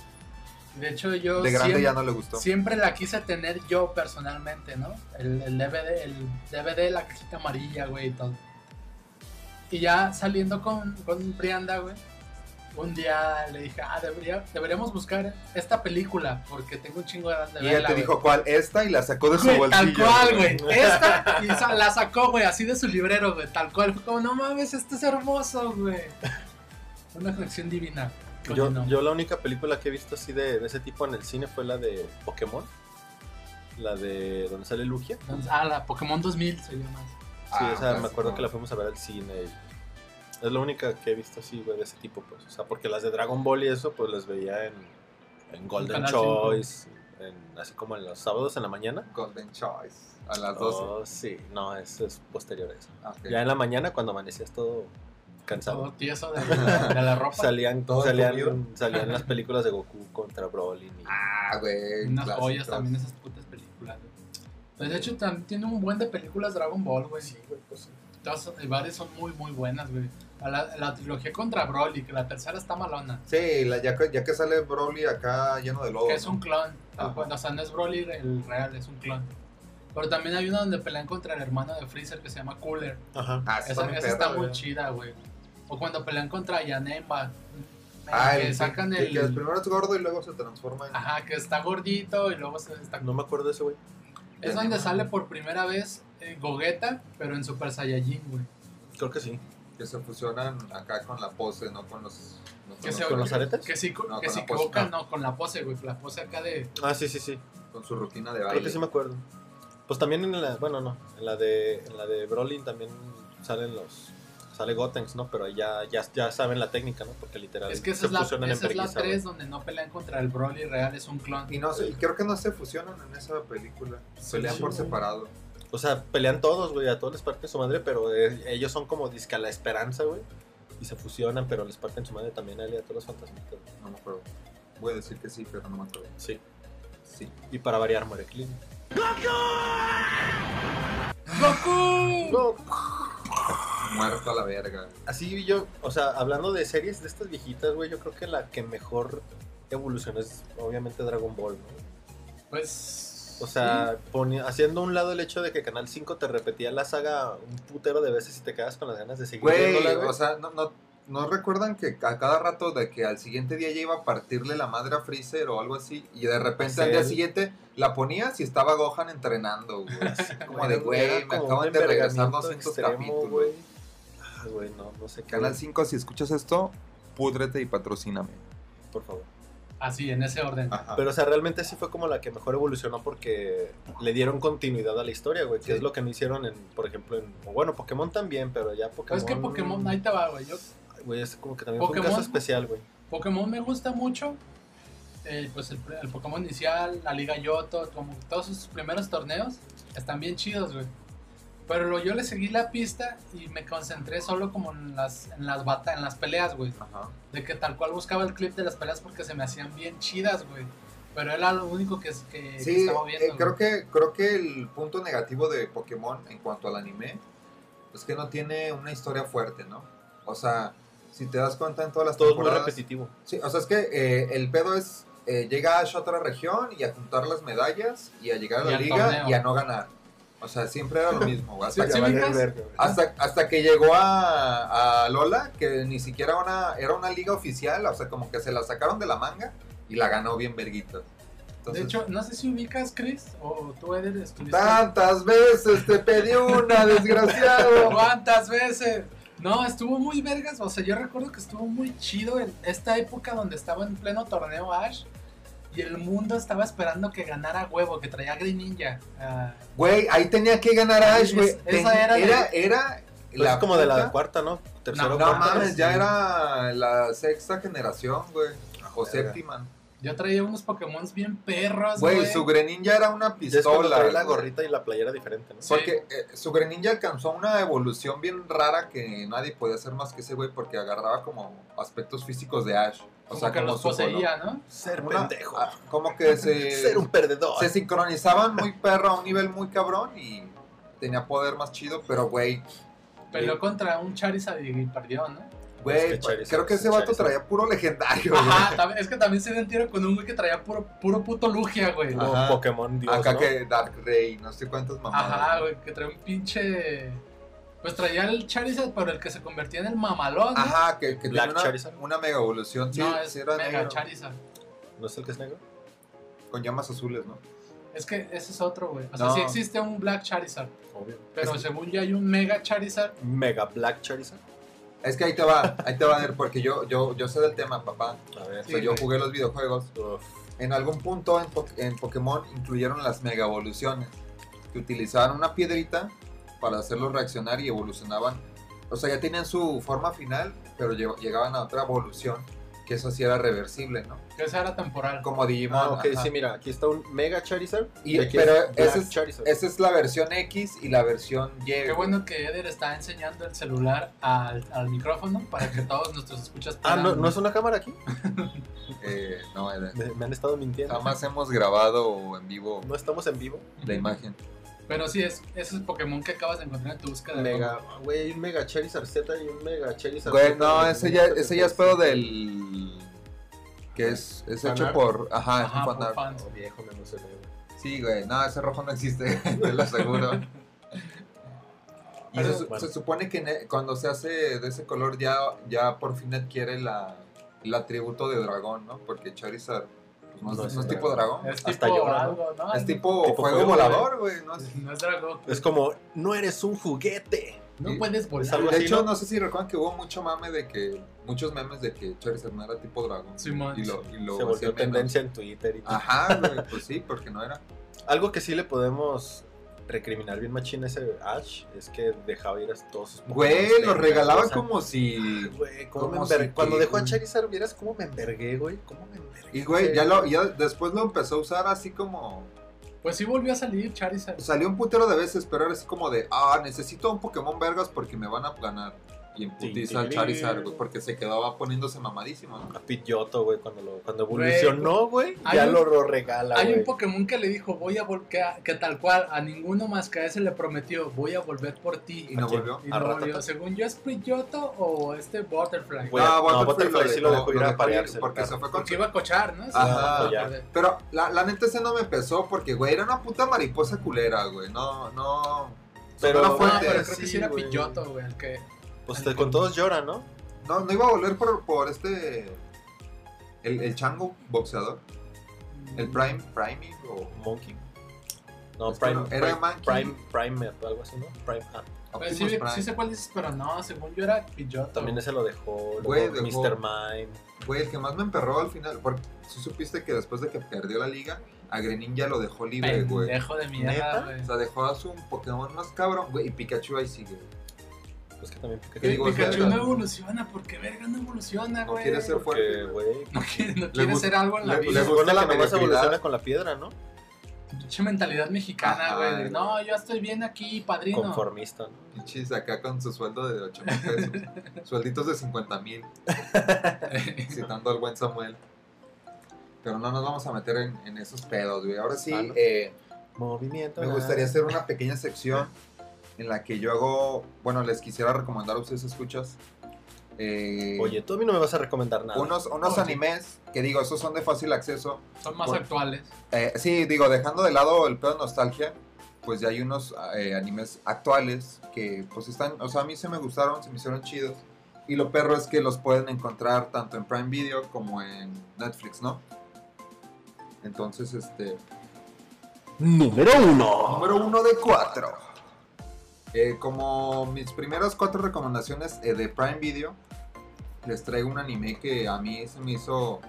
S1: De hecho, yo
S3: De grande
S1: siempre,
S3: ya no le gustó.
S1: siempre la quise tener yo personalmente, ¿no? El, el DVD, el DVD, la cajita amarilla, güey, y todo. Y ya saliendo con, con Brianda, güey, un día le dije, ah, debería, deberíamos buscar esta película, porque tengo un chingo de ganas de
S3: y ella
S1: verla,
S3: te
S1: güey".
S3: dijo cuál, esta, y la sacó de su
S1: Güey,
S3: bolsillo.
S1: tal cual, güey. Esta y sa- la sacó, güey, así de su librero, güey. Tal cual. Fue como, no mames, esto es hermoso, güey. Una conexión divina.
S2: Yo,
S1: Continúa.
S2: yo la única película que he visto así de, de ese tipo en el cine fue la de Pokémon. La de donde sale Lugia. Sí,
S1: Entonces, ah, la Pokémon 2000 se llama.
S3: Ah,
S2: esa me
S3: clásico.
S2: acuerdo que la fuimos a ver al cine. y- Es la única que he visto así, güey, de ese tipo, pues. O sea, porque las de Dragon Ball y eso, pues las veía en, en Golden
S1: Canal cinco.
S2: Choice. en- así como en los sábados en la mañana.
S3: Golden Choice. A las 12.
S2: Oh, sí, no, eso es posterior a eso.
S3: Ah, ok.
S2: Ya en la mañana cuando amanecías todo cansado.
S1: Todo tieso de, de la ropa.
S2: Salían,
S3: Todo comido.
S2: salían, salían las películas de Goku contra Broly. y-
S3: Ah, güey.
S1: Unas
S3: clásicos.
S1: joyas también esas putas películas. güey. Pues, de hecho, tam- tiene un buen de películas Dragon Ball, güey.
S4: Sí, güey, pues sí.
S1: Todas, eh, varias son muy, muy buenas, güey. A La, la trilogía contra Broly, que la tercera está malona.
S3: Sí, la, ya, que- ya que sale Broly acá lleno de lodo.
S1: Que es
S3: ¿no?
S1: un clon.
S3: Ajá.
S1: Bueno, o sea, no es Broly el real, es un clon. Pero también hay una donde pelean contra el hermano de Freezer que se llama Cooler.
S2: Ajá.
S3: Ah, sí,
S1: Esa,
S3: muy
S1: esa
S3: perra,
S1: está
S3: güey.
S1: muy chida, güey. O cuando pelean contra Yanemba.
S3: Ah,
S1: que
S3: el-
S1: sacan
S3: que-
S1: el.
S3: Que primero es gordo y luego se transforma en.
S1: Ajá, que está gordito y luego se está
S2: No me acuerdo de ese güey.
S1: Es
S3: Ya,
S1: donde
S3: no.
S1: sale por primera vez eh, Gogeta, pero en Super Saiyajin, güey.
S2: Creo que sí.
S3: Que se fusionan acá con la pose, no con los. No con,
S1: Que se-
S2: ¿Con los aretes?
S1: Que si,
S3: No,
S1: que
S3: con
S1: si
S3: la pose,
S1: equivoca,
S3: no.
S1: no, con la pose, güey. La pose acá de.
S2: Ah, sí, sí, sí.
S3: con su rutina de baile.
S2: Creo que sí me acuerdo. Pues también en la, bueno, no, en la de, en la de Broly también salen los, sale Gotenks, ¿no? Pero ahí ya, ya, ya saben la técnica, ¿no? Porque literal
S1: Es que esa es la,
S2: fusionan en
S1: esa es la
S2: vergüenza, güey.
S1: 3 donde no pelean contra el Broly real, es un clon.
S3: Y, no, se- y creo que no se fusionan en esa película. Pelean
S2: sí,
S3: por
S2: güey.
S3: separado.
S2: O sea, pelean todos, güey, a todos les parten su madre, pero eh, ellos son como disque a la esperanza, güey. Y se fusionan, pero les parten su madre también a él y a todos los fantasmitas. güey.
S3: No me acuerdo. Voy a decir que sí, pero no me acuerdo.
S2: Sí.
S3: Sí.
S2: Y para variar, muere Clint.
S1: ¡Goku!
S2: No,
S3: Muerto a la verga.
S2: así yo, o sea, hablando de series de estas viejitas, güey, yo creo que la que mejor evolucionó es obviamente Dragon Ball, ¿no?
S1: Pues.
S2: O sea, poni- haciendo a un lado el hecho de que Canal 5 te repetía la saga un putero de veces y te quedas con las ganas de seguir
S3: Güey,
S2: viéndola, güey.
S3: o sea, no, no, ¿no recuerdan que a cada rato de que al siguiente día ya iba a partirle la madre a Freezer o algo así? Y de repente al día
S2: Cell.
S3: siguiente la ponías y estaba Gohan entrenando, güey. Como de,
S2: Era
S3: güey, me
S2: como un
S3: acaban de regresar
S2: envergamiento
S3: 200
S2: extremo,
S3: capítulos.
S2: güey. Ah, güey, no, no sé qué.
S3: Canal 5, si escuchas esto, púdrete y patrocíname.
S2: Por favor.
S1: Así, en ese orden.
S3: Ajá.
S2: Pero, o sea, realmente sí fue como la que mejor evolucionó porque le dieron continuidad a la historia, güey. Que
S3: Sí.
S2: es lo que no hicieron en, por ejemplo, en. o Bueno, Pokémon también, pero ya Pokémon.
S1: Es que Pokémon, ahí te va, güey. Yo,
S2: Güey, es como que también fue un
S1: Pokémon-
S2: caso especial, güey.
S1: Pokémon me gusta mucho. eh, pues el, el Pokémon inicial, la Liga Yoto, como todos sus primeros torneos están bien chidos, güey. Pero lo- yo le seguí la pista y me concentré solo como en las, en las, bata, en las peleas, güey.
S3: Ajá.
S1: De que tal cual buscaba el clip de las peleas porque se me hacían bien chidas, güey. Pero era lo único que, que- que
S3: Sí,
S1: estaba viendo.
S3: eh, creo, que, creo que el punto negativo de Pokémon en cuanto al anime es que no tiene una historia fuerte, ¿no? O sea, si te das cuenta en todas las
S2: Todo es muy
S3: temporadas...
S2: repetitivo.
S3: Sí, o sea, es que eh, el pedo es, eh, llega Ash a otra región y a juntar las medallas y a llegar a
S1: Y
S3: la
S1: al
S3: liga
S1: torneo.
S3: y a no ganar. O sea, siempre era lo mismo. güey,
S1: Sí,
S3: Hasta,
S1: sí,
S3: que,
S1: ubicas?
S3: hasta, hasta que llegó a, a Lola, que ni siquiera una, era una liga oficial, o sea, como que se la sacaron de la manga y la ganó bien verguita.
S1: De
S3: Entonces, Ah,
S1: hecho, no sé si ubicas, Chris, o tú, Eder, estuviste...
S3: tantas veces te pedí una, desgraciado.
S1: ¿Cuántas veces? No, estuvo muy vergas. O sea, yo recuerdo que estuvo muy chido en esta época donde estaba en pleno torneo Ash. Y el mundo estaba esperando que ganara huevo, que traía Green Ninja. Ah,
S3: Güey, ahí tenía que ganar Ash, güey.
S1: Es- esa
S3: Ten-
S1: era la-
S3: era, era
S2: Pues es como de la
S3: puta-
S2: cuarta, ¿no? Tercera
S1: No,
S2: o
S3: No
S2: cuarta.
S3: mames, ya
S1: sí.
S3: era la sexta generación, güey. O
S2: verga.
S3: séptima.
S1: yo traía unos Pokémon bien perros, güey.
S3: Güey, su Greninja era una
S2: Ya es cuando
S3: pistola.
S2: trae la
S3: güey.
S2: gorrita y la playera diferente, ¿no?
S1: Sí.
S3: Porque eh, su Greninja alcanzó una evolución bien rara que nadie podía hacer más que ese güey porque agarraba como aspectos físicos de Ash. O
S1: Como
S3: sea,
S1: que
S3: como
S1: los
S3: su color.
S1: poseía, ¿no?
S2: Ser
S3: Una-
S2: pendejo.
S3: ah, como que se,
S2: ser un perdedor.
S3: se sincronizaban muy perro a un nivel muy cabrón y tenía poder más chido, pero güey,
S1: Peleó contra un Charizard y perdió, ¿no?
S3: güey,
S2: Es que Charizard-
S3: creo que ese vato
S2: Charizard.
S3: traía puro legendario. güey.
S1: Ajá, también- es que también se dio un tiro con un güey que traía puro, puro puto Lugia, güey.
S2: Como
S3: Ajá.
S2: Pokémon Dios,
S3: Acá
S2: ¿no?
S3: que Dark Rey, no sé cuántas mamadas.
S1: Ajá, güey, que traía un pinche... Pues traía el Charizard, pero el que se convertía en el mamalón, ¿no?
S3: Ajá, que, que
S2: Black
S3: tiene una,
S2: Charizard.
S3: una mega evolución. Sí,
S1: no, es
S3: sí era
S1: Mega
S3: negro,
S1: Charizard.
S2: ¿No es el que es negro?
S3: Con llamas azules, ¿no?
S1: Es que ese es otro, güey. O sea,
S3: No.
S1: sí existe un Black Charizard,
S2: Obvio.
S1: pero
S3: Es-
S1: según yo hay un Mega Charizard.
S2: Mega Black Charizard.
S3: Es que ahí te va, ahí te va a ver, porque yo, yo, yo sé del tema, papá.
S2: A ver. pues,
S3: O sea,
S1: Sí,
S3: yo
S1: güey.
S3: jugué los videojuegos.
S2: Uf.
S3: En algún punto en, Po- en Pokémon incluyeron las mega evoluciones, que utilizaban una piedrita para hacerlos reaccionar y evolucionaban. O sea, ya tenían su forma final, pero lle- llegaban a otra evolución. que eso sí era reversible, ¿no?
S1: Que esa era temporal.
S3: Como Digimon.
S2: Ah, ok,
S3: ajá.
S2: sí, mira, aquí está un Mega Charizard.
S3: Y-
S2: aquí
S3: pero
S2: es Black
S3: ese es-
S2: Charizard.
S3: Esa es la versión X y la versión Y.
S1: Qué bueno que Eder está enseñando el celular al, al micrófono para que todos nuestros escuchas
S2: Ah,
S1: puedan-
S2: ¿no, ¿no es una cámara aquí?
S3: Eh, no, era-
S2: Me, me han estado mintiendo.
S3: jamás hemos grabado en vivo
S2: No estamos en vivo.
S3: la imagen.
S1: Pero sí, es, ese es el Pokémon que acabas de encontrar en tu búsqueda.
S2: Mega, güey, hay un Mega Charizard Z y un Mega Charizard
S3: Güey,
S2: Z.
S3: no, ese ya, ese ya es pedo del. que es, es
S2: Fan
S3: hecho
S2: art.
S3: por. Ajá, es
S1: Ajá,
S3: un
S1: por
S3: fan art.
S1: fans.
S2: Oh, viejo, me emocioné, güey.
S3: Sí, güey, no, ese rojo no existe, te lo aseguro. Y
S2: Pero-
S3: se, su-
S2: bueno.
S3: se supone que ne- cuando se hace de ese color ya, ya por fin adquiere la, el atributo de dragón, ¿no? Porque Charizard pues, no,
S2: No
S3: es,
S2: es
S3: no es
S2: un
S3: tipo
S2: dragón.
S3: dragón.
S1: Es
S2: Hasta
S1: tipo
S2: llora, ¿no?
S1: algo, ¿no?
S3: Es tipo,
S2: tipo
S3: fuego
S2: fuego,
S3: volador, güey. No es-
S1: No es dragón.
S2: Es como, no eres un juguete.
S1: No
S3: Sí.
S1: puedes
S2: Es algo
S3: de
S1: volar.
S2: así,
S3: hecho,
S2: ¿no?
S3: ¿no? sé si recuerdan que hubo mucho mame de que. Muchos memes de que Charizard no era tipo dragón.
S1: Simón.
S3: y lo, y lo
S2: Se
S3: hacían
S2: volvió
S3: menos.
S2: tendencia en Twitter y todo.
S3: Ajá, güey, pues sí, porque no era.
S2: Algo que sí le podemos recriminar bien machín a ese Ash es que dejaba ir a todos sus Pokémon.
S3: Güey,
S2: De-
S3: lo regalaba
S2: Este, o sea,
S3: como si.
S2: Güey, cómo me
S3: como
S2: enver-
S3: si
S2: Cuando
S3: que-
S2: dejó a Charizard, vieras cómo me envergué, güey. Cómo me envergué.
S3: Y güey, ya, lo, ya después lo empezó a usar así como.
S1: Pues sí volvió a salir Charizard.
S3: Salió un putero de veces, pero era así como de. Ah, necesito un Pokémon vergas porque me van a ganar. Y en putiza al
S2: Tin, tin,
S3: Charizard,
S2: tin.
S3: güey, porque se quedaba poniéndose mamadísimo, ¿no?
S2: A Pidgeotto, güey, cuando, lo, cuando
S1: Güey.
S2: evolucionó, güey,
S1: Hay
S2: ya
S1: un-
S2: lo, lo regala,
S1: Hay
S2: güey.
S1: un Pokémon que le dijo, voy a volver, que, que tal cual, a ninguno más que a ese le prometió, voy a volver por ti.
S3: Y no
S2: ¿A quién?
S3: volvió.
S2: ¿A
S1: Y no
S2: Rattata?
S1: volvió. Según yo, es Pidgeotto o este Butterfly. Ah,
S2: Güey,
S3: Ah,
S2: no, Butterfly
S3: pues de-
S2: sí lo dejó ir a parearse el
S3: Porque
S2: perro.
S3: se fue con
S1: Porque iba a cochar, ¿no?
S3: Ajá.
S2: Ya.
S3: Pero la, la neta ese no me pesó porque, güey, era una puta mariposa culera, güey. No, no.
S2: Pero-
S3: no,
S1: No,
S3: fuerte.
S1: pero creo que sí
S2: Sí,
S1: era
S2: güey.
S1: Pidgeotto, güey, el que...
S2: Pues te- con todos llora, ¿no?
S3: No, no iba a volver por, por este. El, el chango boxeador.
S1: mm,
S3: El Prime, Prime o.
S2: Monkey. No,
S3: Es que
S2: Prime,
S3: no, era
S2: Prime,
S3: Monkey.
S2: Prime, Prime, algo así, ¿no? Prime, ah,
S1: Pues
S3: Optimus
S1: sí,
S3: Prime.
S1: sí sé cuál dices, pero no, según yo era Pidgeotto.
S2: también ese lo dejó, luego
S3: Güey, dejó-
S2: Mr. Mime.
S3: Güey, el que más me emperró al final. Porque si supiste que después de que perdió la liga, a Greninja lo dejó libre, güey.
S1: Pendejo de mierda,
S2: ¿Neta?
S1: güey.
S3: O sea, dejó a su Pokémon más cabrón, güey. Y Pikachu ahí sigue.
S2: Pues que también Pikachu.
S1: Que
S3: Te digo,
S1: Pikachu
S3: verga.
S1: no evoluciona, porque verga no evoluciona,
S3: No
S1: güey.
S3: quiere ser
S2: Porque,
S3: fuerte. güey.
S2: güey,
S1: No quiere, no
S3: Le
S1: quiere
S3: gusta-
S1: ser algo en la
S3: le-
S1: vida.
S2: le
S3: gusta
S2: gusta la
S3: la
S2: que nomás
S3: mediocridad.
S2: evoluciona con la piedra, ¿no?
S1: Pinche mentalidad mexicana,
S3: Ajá,
S1: güey. de,
S3: güey.
S1: No, yo estoy bien aquí, padrino.
S2: Conformista, ¿no?
S3: Pinches acá con su sueldo de 8 mil pesos. Suelditos de 50 mil. Citando al buen Samuel. Pero no nos vamos a meter en, en esos pedos, güey. Ahora sí,
S2: Ah, ¿no?
S3: eh,
S2: Movimiento.
S3: me
S2: ah.
S3: gustaría hacer una pequeña sección en la que yo hago. Bueno, les quisiera recomendar a ustedes, escuchas. eh,
S2: Oye, tú a mí no me vas a recomendar nada.
S3: unos, unos
S1: Oye.
S3: animes que digo, esos son de fácil acceso.
S1: Son más
S3: Bueno.
S1: actuales.
S3: Eh, sí, digo, dejando de lado el pedo de nostalgia, pues ya hay unos eh, animes actuales que pues están, o sea, a mí se me gustaron, se me hicieron chidos. Y lo perro es que los pueden encontrar tanto en Prime Video como en Netflix, ¿no? Entonces, este...
S2: Número uno.
S3: Número uno de cuatro. Eh, como mis primeras cuatro recomendaciones eh, de Prime Video, les traigo un anime que a mí se me hizo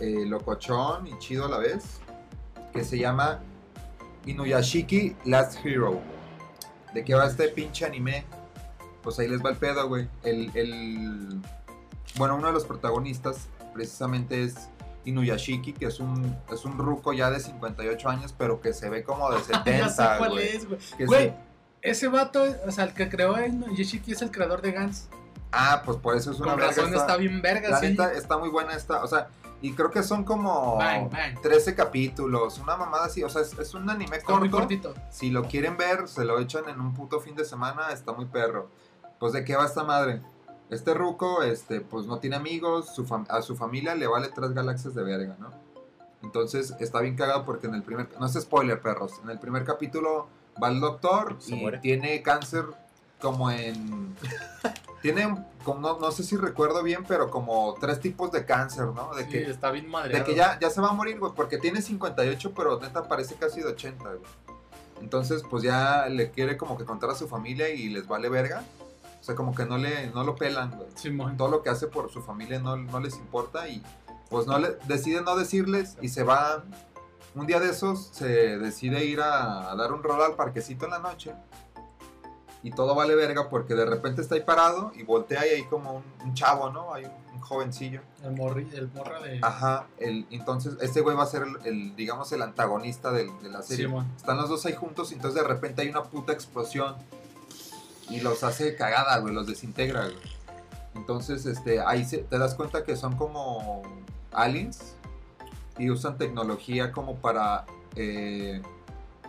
S3: eh, locochón y chido a la vez, que se llama Inuyashiki Last Hero. ¿De qué va este pinche anime? Pues ahí les va el pedo, güey. El, el- Bueno, uno de los protagonistas precisamente es Inuyashiki, que es un, es un ruco ya de 58 años, pero que se ve como de
S1: Ya sé
S3: 70,
S1: cuál
S3: güey.
S1: es, güey.
S3: Que
S1: Güey,
S3: se-
S1: Ese vato, o sea, el que creó el Yeshiki es el creador de Gans.
S3: Ah, pues por eso es una
S1: Con
S3: verga
S1: razón
S3: esta-
S1: está bien verga,
S3: La
S1: sí.
S3: neta está muy buena esta, o sea, y creo que son como
S1: Bang, bang.
S3: 13 capítulos, una mamada así, o sea, es, es un anime
S1: Está muy
S3: corto.
S1: cortito.
S3: Si lo quieren ver, se lo echan en un puto fin de semana, está muy perro. Pues de qué va esta madre. Este ruco, este, pues no tiene amigos, su fam- a su familia le vale tres galaxias de verga, ¿no? Entonces está bien cagado porque en el primer, no es spoiler, perros, en el primer capítulo va el doctor
S2: Se
S3: y
S2: muere.
S3: tiene cáncer como en, tiene, un- como, no, no sé si recuerdo bien, pero como tres tipos de cáncer, ¿no? De
S1: Sí,
S3: que
S1: está bien madre.
S3: de que ya, ya se va a morir, güey, porque tiene 58, pero neta parece casi de 80, güey. Entonces, pues ya le quiere como que contar a su familia y les vale verga. O sea, como que no, le, no lo pelan, güey.
S1: Simón.
S3: Todo lo que hace por su familia no, no les importa y pues no le, decide no decirles y se va. Un día de esos se decide ir a, a dar un rol al parquecito en la noche. Y todo vale verga porque de repente está ahí parado y voltea y hay como un, un chavo, ¿no? Hay un, un jovencillo.
S1: El, morri, el morro de.
S3: Ajá, el, entonces este güey va a ser el, el, digamos, el antagonista de, de la serie.
S1: Simón.
S3: Están los dos ahí juntos y entonces de repente hay una puta explosión y los hace cagada, güey, los desintegra, güey. Entonces, este, ahí se- te das cuenta que son como aliens y usan tecnología como para eh,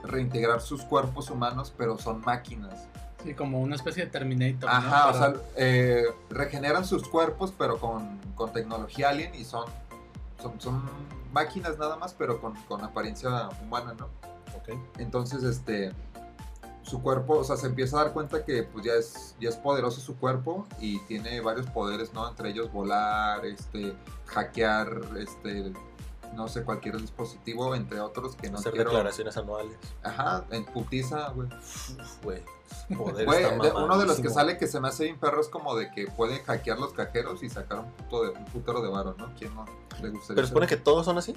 S3: reintegrar sus cuerpos humanos, pero son máquinas.
S1: Sí, como una especie de Terminator. ¿no?
S3: Ajá, o
S1: Para-
S3: sea, eh, regeneran sus cuerpos, pero con, con tecnología alien y son, son, son máquinas nada más, pero con, con apariencia humana, ¿no?
S2: Ok.
S3: Entonces, este, su cuerpo, o sea, se empieza a dar cuenta que pues ya es, ya es poderoso su cuerpo y tiene varios poderes, ¿no? Entre ellos volar, este, hackear, este, no sé, cualquier dispositivo, entre otros que no
S2: Hacer
S3: quiero-
S2: declaraciones anuales.
S3: Ajá, en putiza, güey.
S2: Uf, güey. Poder
S3: Güey,
S2: está
S3: de- uno de los que
S2: mamadísimo.
S3: sale que se me hace bien perro es como de que puede hackear los cajeros y sacar un, puto de, un putero de varo, ¿no? ¿Quién no le gustaría?
S2: Pero
S3: ser?
S2: supone que todos son así.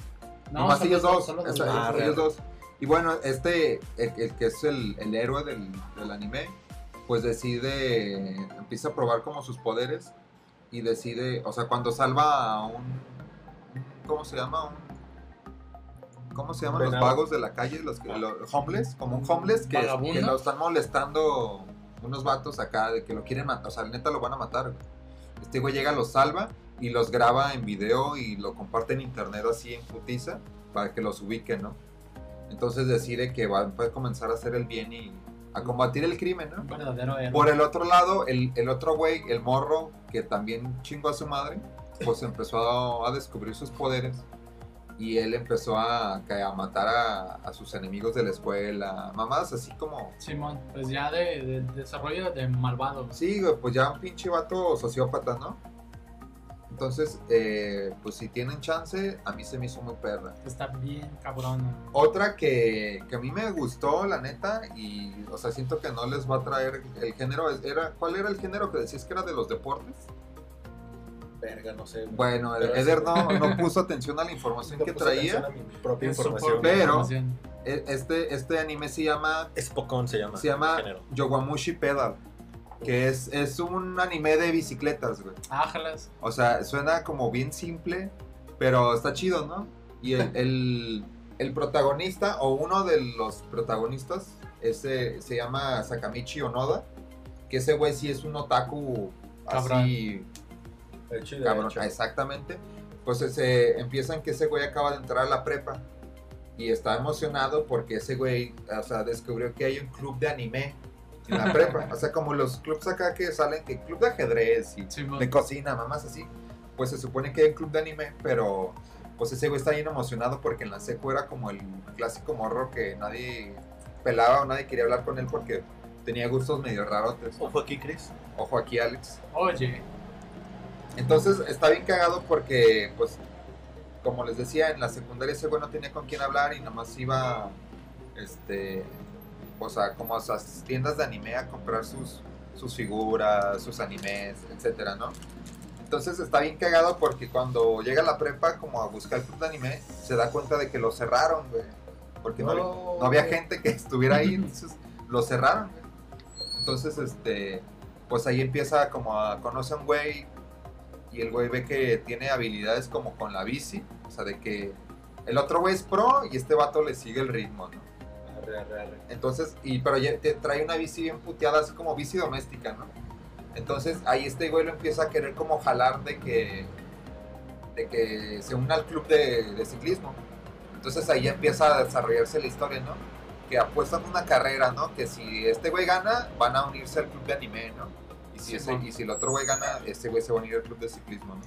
S1: No,
S3: Nomás
S1: solo
S3: ellos
S1: son-
S3: dos.
S1: solo
S3: esa-
S1: son
S2: Ah,
S3: ellos-
S2: real.
S3: ellos dos. Y bueno, este, el, el que es el, el héroe del, del anime, pues decide, empieza a probar como sus poderes y decide, o sea, cuando salva a un, ¿cómo se llama? Un- ¿Cómo se llaman
S2: Venado.
S3: los vagos de la calle? Los, que, los homeless, como un homeless que,
S1: Vagabundo.
S3: que lo están molestando unos vatos acá de que lo quieren matar, o sea, neta lo van a matar. güey. Este güey llega, los salva y los graba en video y lo comparte en internet así en putiza para que los ubiquen, ¿no? Entonces decide que va va a comenzar a hacer el bien y a combatir el crimen, ¿no?
S1: Un verdadero héroe.
S3: Por el otro lado, el, el otro güey, el morro, que también chingó a su madre, pues empezó a, a descubrir sus poderes. Y él empezó a, que a matar a, a sus enemigos de la escuela. Mamás, así como.
S1: Simón, pues ya de, de desarrollo de malvado.
S3: Sí, güey, pues ya un pinche vato sociópata, ¿no? Entonces, eh, pues si tienen chance, a mí se me hizo muy perra.
S1: Está bien cabrón.
S3: Otra que, que a mí me gustó, la neta, y, o sea, siento que no les va a traer el género. es- Era, ¿Cuál era el género que decías que era de los deportes?
S2: Verga, no sé. güey.
S3: Bueno,
S2: Pero
S3: Eder
S2: sí.
S3: no, no puso atención a la información
S2: No
S3: que
S2: puse atención
S3: traía.
S2: a mi propia
S1: Es su
S2: información.
S1: propia
S3: Pero-
S1: información.
S3: E- Este, este anime se llama,
S2: Spokon se llama.
S3: se llama
S2: el género.
S3: Yowamushi Pedal, que es, es un anime de bicicletas, güey.
S1: Ah, Ájalas.
S3: O sea, suena como bien simple, pero está chido, ¿no? Y el, el- el protagonista, o uno de los protagonistas, ese se llama Sakamichi Onoda, que ese güey sí es un otaku así
S2: Hecho y
S3: cabrón,
S2: derecho.
S3: exactamente. Pues ese, empiezan que ese güey acaba de entrar a la prepa y está emocionado porque ese güey, o sea, descubrió que hay un club de anime en la prepa. O sea, como los clubs acá que salen, que club de ajedrez y
S1: Simón.
S3: de cocina, mamás así. Pues se supone que hay un club de anime, pero pues ese güey está bien emocionado porque en la secu era como el clásico morro que nadie pelaba o nadie quería hablar con él porque tenía gustos medio rarotes.
S2: Ojo aquí, Chris.
S3: Ojo aquí, Alex.
S1: Oye,
S3: Entonces está bien cagado porque, pues, como les decía, en la secundaria ese güey no tenía con quién hablar y nomás iba, este, o sea, como a esas tiendas de anime a comprar sus, sus figuras, sus animes, etcétera, ¿no? Entonces está bien cagado porque cuando llega a la prepa como a buscar el club de anime, se da cuenta de que lo cerraron, güey. Porque no, no había gente que estuviera ahí, entonces lo cerraron. güey. Entonces, este, pues ahí empieza como a conocer a un güey y el güey ve que tiene habilidades como con la bici, o sea, de que el otro güey es pro y este vato le sigue el ritmo, ¿no?
S2: Arre, arre, arre.
S3: Entonces, y pero ya te trae una bici bien puteada, así como bici doméstica, ¿no? Entonces ahí este güey lo empieza a querer como jalar de que, de que se una al club de, de ciclismo. Entonces ahí ya empieza a desarrollarse la historia, ¿no? Que apuestan una carrera, ¿no? Que si este güey gana, van a unirse al club de anime, ¿no? Y si,
S1: Sí,
S3: ese-
S1: mon.
S3: y si el otro güey gana, este güey se va a unir al club de ciclismo, ¿no?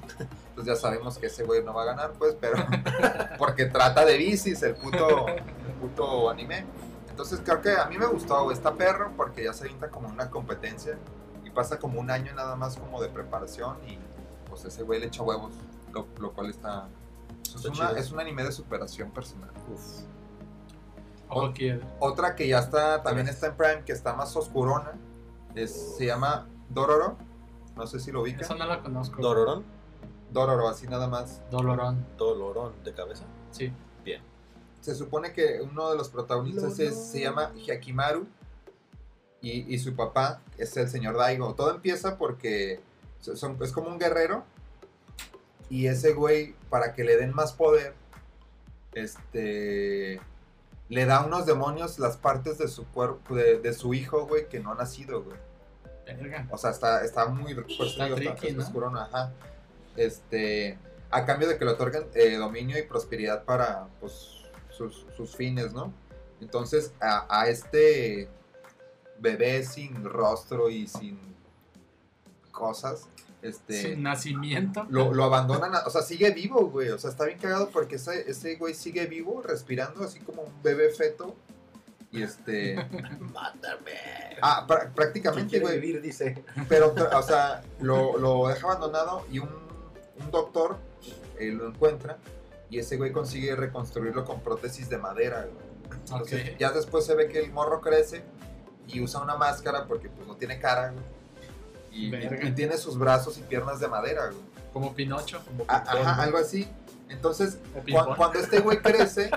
S3: Entonces ya sabemos que ese güey no va a ganar, pues, pero... porque trata de bicis, el puto, el puto anime. Entonces creo que a mí me gustó, güey, está perro, porque ya se vinta como una competencia y pasa como un año nada más como de preparación y pues ese güey le echa huevos, lo, lo cual está... Es,
S2: Está
S3: una-
S2: chido.
S3: es un anime de superación personal.
S2: Uf.
S1: ojo aquí. eh.
S3: Otra que ya está, también está en Prime, que está más oscurona, es- se llama Dororo, no sé si lo ubican.
S1: Esa no la conozco.
S2: Dororón.
S3: Dororo, así nada más.
S1: Dolorón.
S2: Dolorón de cabeza.
S1: Sí.
S3: Se supone que uno de los protagonistas
S2: No,
S3: es-
S2: no.
S3: se llama Hyakimaru y, y su papá es el señor Daigo. Todo empieza porque so- son- es como un guerrero Y ese güey, para que le den más poder, este. Le da a unos demonios las partes de su cuerpo, de, de su hijo, güey, que no ha nacido, güey.
S1: Verga.
S3: O sea, está, está muy por eso
S1: Está
S3: digo, está-
S1: tricky,
S3: está
S1: ¿no?
S3: oscurón, ajá. Este, a cambio de que le otorguen eh, dominio y prosperidad para pues, sus, sus fines, ¿no? Entonces, a, a este bebé sin rostro y sin cosas, este
S1: Sin nacimiento.
S3: lo, lo abandonan, a- o sea, sigue vivo, güey. O sea, está bien cagado porque ese, ese güey sigue vivo, respirando así como un bebé feto. Y este.
S2: Mátame.
S3: Ah, prá-
S2: ¿Quién
S3: prácticamente,
S2: quiere
S3: güey.
S2: vivir? Dice.
S3: Pero, tra- o sea, lo, lo deja abandonado y un, un doctor eh, lo encuentra y ese güey consigue reconstruirlo con prótesis de madera. güey. Entonces,
S1: Ok.
S3: ya después se ve que el morro crece y usa una máscara porque pues no tiene cara, güey. Y,
S1: Verga.
S3: y tiene sus brazos y piernas de madera, güey.
S1: Como Pinocho.
S3: A- Ah, Ajá, algo así. Entonces,
S1: O
S3: Cuan-
S1: Pimpón.
S3: cuando este güey crece,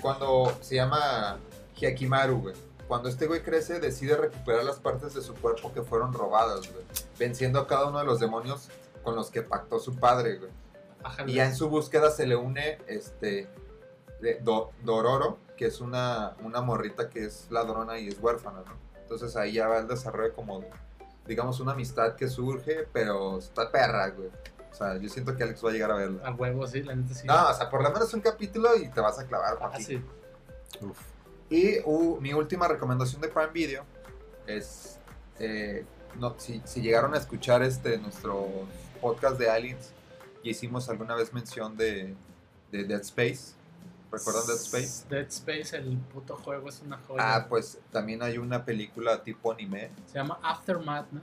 S3: cuando se llama Hyakimaru, güey. Cuando este güey crece, decide recuperar las partes de su cuerpo que fueron robadas, güey. Venciendo a cada uno de los demonios con los que pactó su padre, güey.
S1: Ajá,
S3: Y ya en su búsqueda se le une este de- Do- Dororo, que es una, una morrita que es ladrona y es huérfana, ¿no? Entonces ahí ya va el desarrollo como, de, digamos, una amistad que surge, pero está perra, güey. O sea, yo siento que Alex va a llegar a verla.
S1: A huevo, sí, la neta sí.
S3: No, o sea, por lo menos un capítulo y te vas a clavar,
S1: Ah,
S3: papi.
S1: sí.
S2: Uf.
S3: Y uh, mi última recomendación de Prime Video es, eh, no, si, si llegaron a escuchar este nuestro podcast de Aliens y hicimos alguna vez mención de, de Dead Space, ¿recuerdan Dead Space?
S1: Dead Space, el puto juego es una joya.
S3: Ah, pues también hay una película tipo anime.
S1: Se llama Aftermath, ¿no?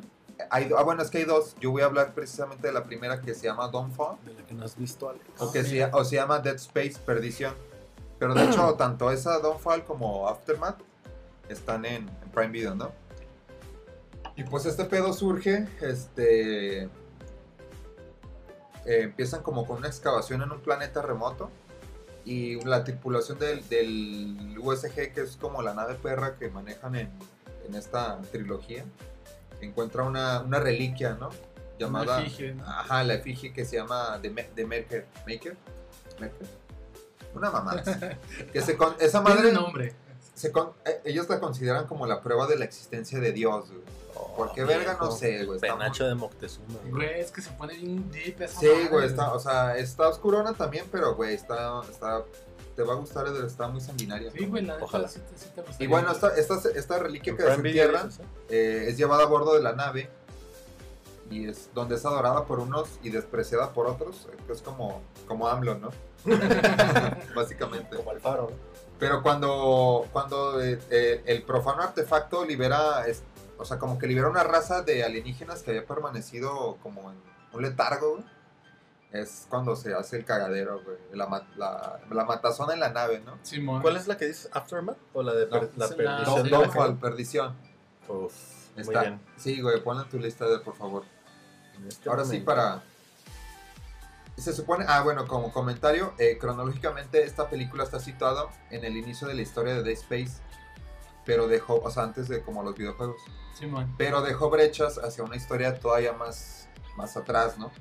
S3: Hay, ah, bueno, es que hay dos. Yo voy a hablar precisamente de la primera que se llama Dawnfall.
S2: De la que no has visto, Alex.
S3: O, que
S1: Ah,
S3: se,
S1: mira.
S3: o se llama Dead Space Perdición. Pero de hecho, tanto esa Fall como Aftermath están en, en Prime Video, ¿no? Y pues este pedo surge, este... eh, empiezan como con una excavación en un planeta remoto y la tripulación del, del USG, que es como la nave perra que manejan en, en esta trilogía, encuentra una, una reliquia, ¿no? Llamada...
S1: Una efigie, ¿no?
S3: Ajá, la efigie que se llama The, Me- The Maker. ¿Maker? ¿Maker? Una mamada. que se con- esa
S1: Tiene
S3: Ah, madre,
S1: nombre.
S3: se con- eh, ellos la consideran como la prueba de la existencia de Dios, güey. Porque verga, no sé, güey. está muy-
S2: Oh, Penacho de Moctezuma. güey.
S1: Güey, es que se pone bien deep esa
S3: Sí,
S1: madre,
S3: güey, está, o sea, está oscurona también, pero, güey, está, está, te va a gustar, Eder, está muy sanguinaria.
S1: Sí, güey, la neta
S2: Ojalá.
S1: sí, te- sí te gustaría.
S3: Y bueno, esta, esta, esta reliquia
S2: En
S3: que
S2: Prime Video
S3: desentierran
S2: dices, ¿eh?
S3: eh, es llevada a bordo de la nave y es donde es adorada por unos y despreciada por otros. eh, que Es como, como AMLO, ¿no? Básicamente.
S2: Como el faro.
S3: Pero cuando, cuando eh, eh, el profano artefacto libera, es- o sea, como que libera una raza de alienígenas que había permanecido como en un letargo, güey, es cuando se hace el cagadero, güey, la, ma- la, la matazón en la nave, ¿no?
S1: Simón.
S2: ¿Cuál es la que dices? ¿Aftermath? ¿O la de per-
S3: No,
S2: la
S1: es la-
S2: perdición?
S1: Sí,
S2: de Ah, la
S1: la-
S3: Downfall, perdición.
S2: Uf, muy
S3: Está.
S2: bien.
S3: Sí, güey, ponla en tu lista, de, por favor.
S2: En este
S3: Ahora sí,
S2: momento.
S3: para. Se supone. Ah, bueno, como comentario, eh, cronológicamente esta película está situada en el inicio de la historia de Dead Space, pero dejó. O sea, antes de como los videojuegos.
S1: Simón.
S3: Pero dejó brechas hacia una historia todavía más, más atrás, ¿no?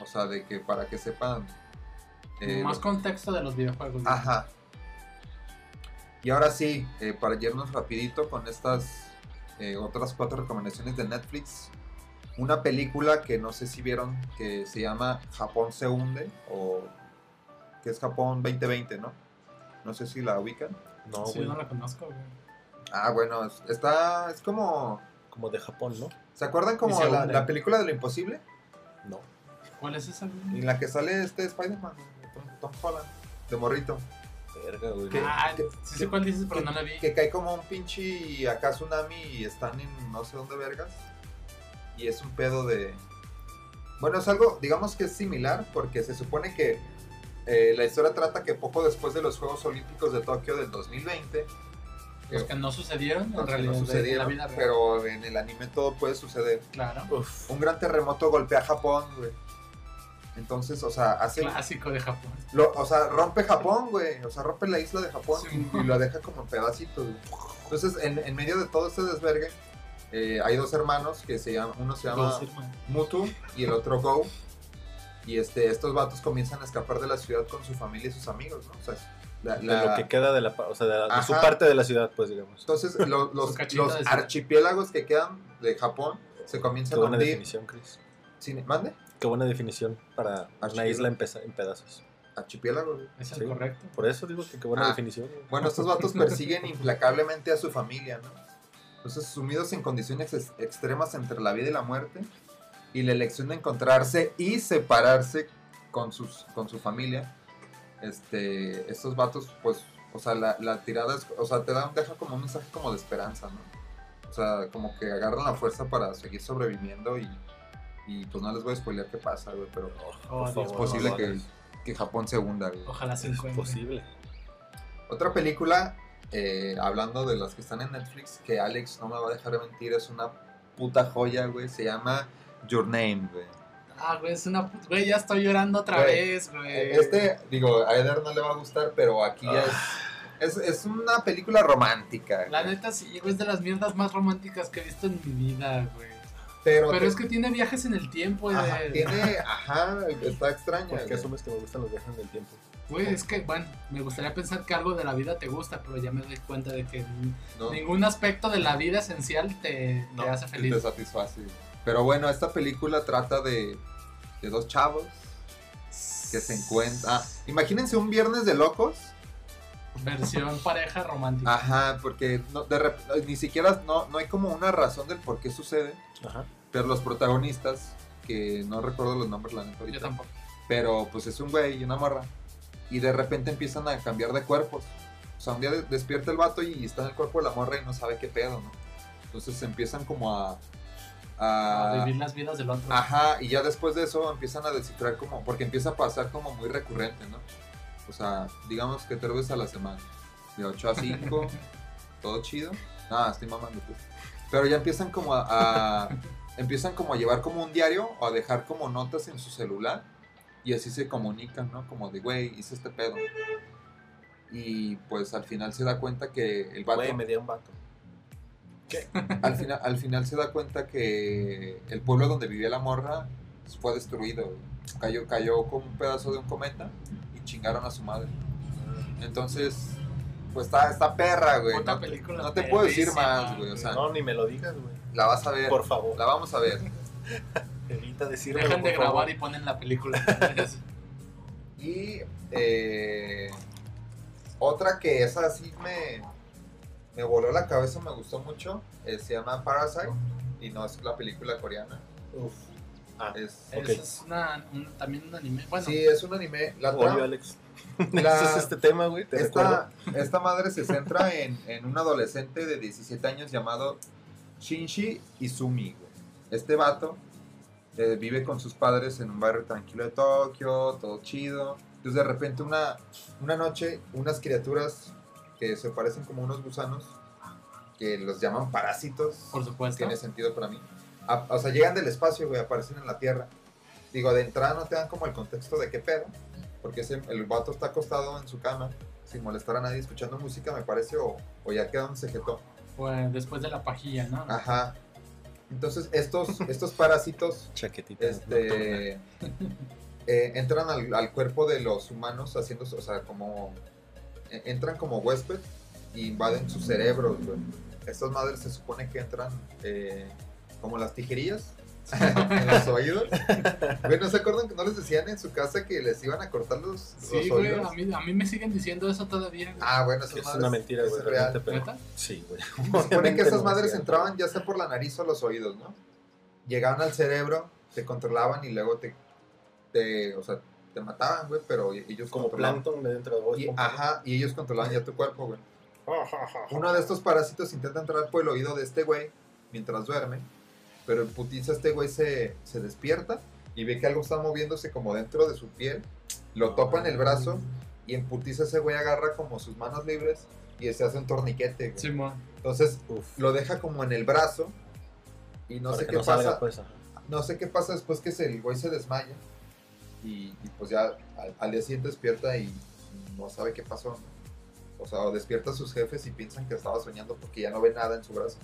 S3: O sea, de que para que sepan. eh, Ah,
S1: Más
S3: lo-
S1: contexto de los videojuegos. güey.
S3: Ajá. Y ahora sí, eh, para irnos rapidito con estas eh, otras cuatro recomendaciones de Netflix. Una película que no sé si vieron que se llama Japón se hunde o que es Japón 2020, ¿no? No sé si la ubican.
S2: No,
S1: Sí,
S2: güey.
S1: no la conozco, güey.
S3: Ah, bueno, es- está, es como...
S2: Como de Japón, ¿no?
S3: ¿Se acuerdan como
S1: se
S3: la,
S1: hunde.
S3: la película de lo imposible?
S2: No.
S1: ¿Cuál es esa, güey?
S3: En la que sale este Spider-Man, Tom, Tom Holland, de morrito.
S2: Verga, güey.
S3: ¿Qué?
S1: Ah, sí sé cuál dices, pero
S3: que-
S1: no la vi.
S3: que cae como un pinche y acá tsunami y están en no sé dónde vergas. Y es un pedo de... Bueno, es algo, digamos que es similar porque se supone que eh, la historia trata que poco después de los Juegos Olímpicos de Tokio del 2020,
S1: Los que no sucedieron, en
S3: aunque
S1: realidad,
S3: no
S1: en
S3: sucedieron,
S1: Ah, la vida real.
S3: pero en el anime todo puede suceder.
S1: Claro.
S2: Uf.
S3: Un gran terremoto golpea Japón, güey. Entonces, o sea, hace...
S1: Clásico de Japón.
S3: Lo- o sea, rompe Japón, güey. O sea, rompe la isla de Japón
S1: Sí.
S3: y, y la deja como en pedacitos. güey. Entonces, en, en medio de todo este desvergue, eh, hay dos hermanos que se llaman, uno se llama
S1: Dos hermanos.
S3: Mutu y el otro Go. Y este, estos vatos comienzan a escapar de la ciudad con su familia y sus amigos, ¿no? O sea, la-
S2: De
S3: la-
S2: lo que queda de, la, pa- o sea, de, la- de su
S3: Ajá.
S2: parte de la ciudad, pues digamos.
S3: Entonces, lo- los,
S1: cachito
S3: los
S1: de ciudad.
S3: archipiélagos que quedan de Japón se comienzan
S2: Qué
S3: a
S2: buena
S3: hundir.
S2: definición, Chris.
S3: Sin- ¿Mande?
S2: Qué buena definición para una
S3: Archipiélago.
S2: isla en, peza- en pedazos.
S3: Archipiélago. güey.
S1: Es el
S2: Sí.
S1: correcto.
S2: Por eso digo que qué buena
S3: Ah.
S2: definición.
S3: Bueno, estos vatos persiguen implacablemente a su familia, ¿no? Entonces, sumidos en condiciones ex- extremas entre la vida y la muerte, y la elección de encontrarse y separarse con, sus, con su familia, este, estos vatos, pues, o sea, la, la tirada, es- o sea, te dan, deja como un mensaje como de esperanza, ¿no? O sea, como que agarran la fuerza para seguir sobreviviendo y, y pues no les voy a spoilear qué pasa, güey, pero
S1: Oh,
S2: Por
S1: Dios.
S3: es
S2: favor, no
S3: posible
S2: lo
S3: que, Pues,
S2: hagas.
S3: que Japón se hunda, güey.
S1: Ojalá se
S2: Es
S1: encuentre.
S2: posible.
S3: Otra película, eh, hablando de las que están en Netflix, que Alex no me va a dejar de mentir, es una puta joya, güey. Se llama Your Name, güey.
S1: Ah, güey, es una put- Güey, ya estoy llorando otra
S3: Güey,
S1: vez, güey.
S3: Este, digo, a Eder no le va a gustar, pero aquí ya es, es. es una película romántica,
S1: Ah. La
S3: güey.
S1: neta sí, güey, es de las mierdas más románticas que he visto en mi vida, güey.
S3: Pero,
S1: Pero es que tiene viajes en el tiempo, eh. güey.
S3: ajá, tiene. Ajá, está extraña.
S2: ¿Por qué
S3: güey.
S2: asumes que me gustan los viajes en el tiempo?
S1: Güey, es que, bueno, me gustaría pensar que algo de la vida te gusta, pero ya me doy cuenta de que n-
S3: No,
S1: ningún aspecto de la vida esencial te,
S3: no,
S1: te hace
S3: Te
S1: feliz.
S3: satisface. Pero bueno, esta película trata de, de dos chavos que se encuentran. ah, imagínense un viernes de locos.
S1: Versión pareja romántica.
S3: Ajá, porque no- de rep- ni siquiera no, no hay como una razón del por qué sucede,
S2: Ajá.
S3: pero los protagonistas, que no recuerdo los nombres, la neta,
S1: Yo
S3: ahorita,
S1: tampoco.
S3: pero pues es un güey y una morra, y de repente empiezan a cambiar de cuerpos. O sea, un día de- despierta el vato y está en el cuerpo de la morra y no sabe qué pedo, ¿no? Entonces empiezan como a...
S1: A
S3: a
S1: vivir las vidas del otro.
S3: ajá, y ya después de eso empiezan a descifrar como, porque empieza a pasar como muy recurrente, ¿no? O sea, digamos que tres veces a la semana, de 8 a 5. todo chido. Nada, estoy mamando. pues. Pero ya empiezan como a, a- empiezan como a llevar como un diario o a dejar como notas en su celular y así se comunican, ¿no? Como de, güey, hice este pedo. Y pues al final se da cuenta que el vato
S2: Güey, me dio un vato.
S3: al final al final se da cuenta que el pueblo donde vivía la morra pues, fue destruido. Cayó cayó como un pedazo de un cometa y chingaron a su madre. Entonces, pues está, está perra, güey.
S1: Puta
S3: no, te-
S1: película
S3: no te puedo decir
S1: perrísima,
S3: más, güey. O sea,
S2: No, ni me lo digas, güey.
S3: la vas a ver.
S2: Por favor.
S3: La vamos a ver.
S2: Evita decirlo.
S1: Dejan de
S2: por favor.
S1: grabar y ponen la película.
S3: Y eh, otra que esa sí me, me voló la cabeza, me gustó mucho. eh, se llama Parasite y no es la película coreana.
S2: Uf. Ah,
S3: Es,
S2: Ok.
S1: Eso es una, un- también un anime. Bueno,
S3: Sí, es un anime. La, tra-
S2: Odio, Alex.
S3: La-
S2: Ese es este tema, güey. Te recuerdo.
S3: esta, esta madre se centra en, en un adolescente de 17 años llamado Shinji Izumi. güey. Este vato eh, vive con sus padres en un barrio tranquilo de Tokio, todo chido. Entonces de repente una, una noche unas criaturas que se parecen como unos gusanos, que los llaman parásitos,
S1: por supuesto.
S3: tiene sentido para mí. A- o sea, llegan del espacio, güey, aparecen en la Tierra. Digo, de entrada no te dan como el contexto de qué pedo, porque ese- el vato está acostado en su cama, sin molestar a nadie, escuchando música, me parece, o, o ya queda un cejetón.
S1: Bueno, después de la pajilla, ¿no?
S3: Ajá. Entonces, estos, estos parásitos
S2: Chaquetita.
S3: este, eh, entran al, al cuerpo de los humanos haciendo, o sea, como eh, entran como huésped y invaden sus cerebros, güey. Estas madres se supone que entran eh, como las tijerillas en los oídos. Güey, ¿no se acuerdan que no les decían en su casa que les iban a cortar los,
S1: Sí,
S3: los
S1: güey,
S3: oídos?
S1: a mí, a mí me siguen diciendo eso todavía. güey.
S3: Ah, bueno, esas
S2: Es
S3: madres.
S2: una mentira,
S3: es
S2: güey.
S3: real.
S2: realmente, pero-
S1: ¿Neta?
S2: Sí, güey.
S3: Se supone que
S2: Obviamente
S3: esas
S2: no
S3: madres
S2: es cierto.
S3: entraban ya sea por la nariz o los oídos, ¿no? Llegaban al cerebro, te controlaban y luego te, te o sea, te mataban, güey, pero ellos
S2: Como
S3: controlaban.
S2: plancton de dentro de vos.
S3: Y,
S2: como-
S3: ajá, y ellos controlaban ya tu cuerpo, güey. Uno de estos parásitos intenta entrar por el oído de este güey mientras duerme, pero el putiza este güey se, se despierta y ve que algo está moviéndose como dentro de su piel, lo topa en el brazo y en putiza ese güey agarra como sus manos libres y se hace un torniquete, güey.
S1: Simón.
S3: Entonces
S2: Uf.
S3: lo deja como en el brazo y no
S2: Para
S3: sé
S2: que
S3: qué pasa.
S2: salga, pues, ajá.
S3: No sé qué pasa después que se- el güey se desmaya y, y pues ya al, al día siguiente despierta y no sabe qué pasó. ¿no? O sea, o despierta a sus jefes y piensan que estaba soñando porque ya no ve nada en su brazo.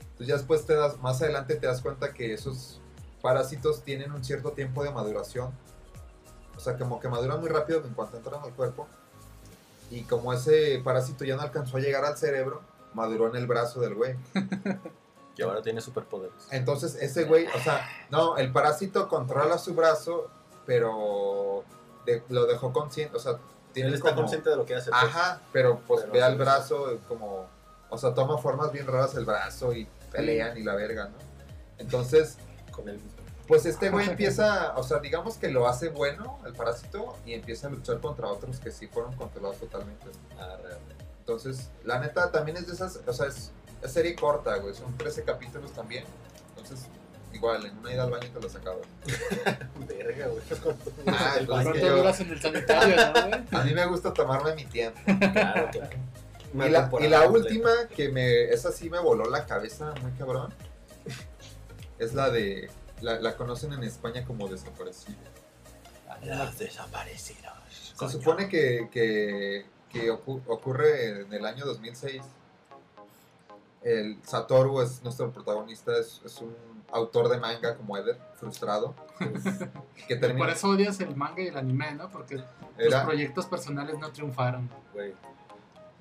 S3: Entonces ya después te das, más adelante te das cuenta que esos parásitos tienen un cierto tiempo de maduración O sea, como que maduran muy rápido en cuanto entran al cuerpo. Y como ese parásito ya no alcanzó a llegar al cerebro, maduró en el brazo del güey.
S2: Y ahora tiene superpoderes.
S3: Entonces ese güey, o sea, no, el parásito controla su brazo, pero de- lo dejó consciente, o sea, tiene
S2: Él está
S3: como-
S2: consciente de lo que hace. pues.
S3: Ajá, pero pues
S2: Pero
S3: ve al
S2: sí,
S3: brazo eh, como, o sea, toma formas bien raras el brazo y pelean y la verga, ¿no? Entonces,
S2: Con él mismo.
S3: pues este güey empieza, o sea, digamos que lo hace bueno el parásito y empieza a luchar contra otros que sí fueron controlados totalmente.
S2: Ah, realmente.
S3: Entonces, la neta también es de esas, o sea, es, es serie corta, güey, son 13 capítulos también. Entonces, igual, en una ida al baño te lo sacaba.
S2: Verga, güey.
S3: Ah,
S2: El baño.
S3: pues, que
S1: ¿Cuánto
S3: yo-
S1: duras en el sanitario, no, güey?
S3: A mí me gusta tomarme mi tiempo.
S2: Claro, claro.
S3: Y la, y la última que me, esa sí me voló la cabeza, muy cabrón, es la de, la, la conocen en España como desaparecida.
S2: Las desaparecidas.
S3: Se supone que, que, que ocu- ocurre en el año 2006. El Satoru es nuestro protagonista, es, es un autor de manga como Eder, frustrado. que
S1: Por
S3: termina,
S1: eso odias el manga y el anime, ¿no? Porque tus
S3: era,
S1: proyectos personales no triunfaron.
S2: Güey.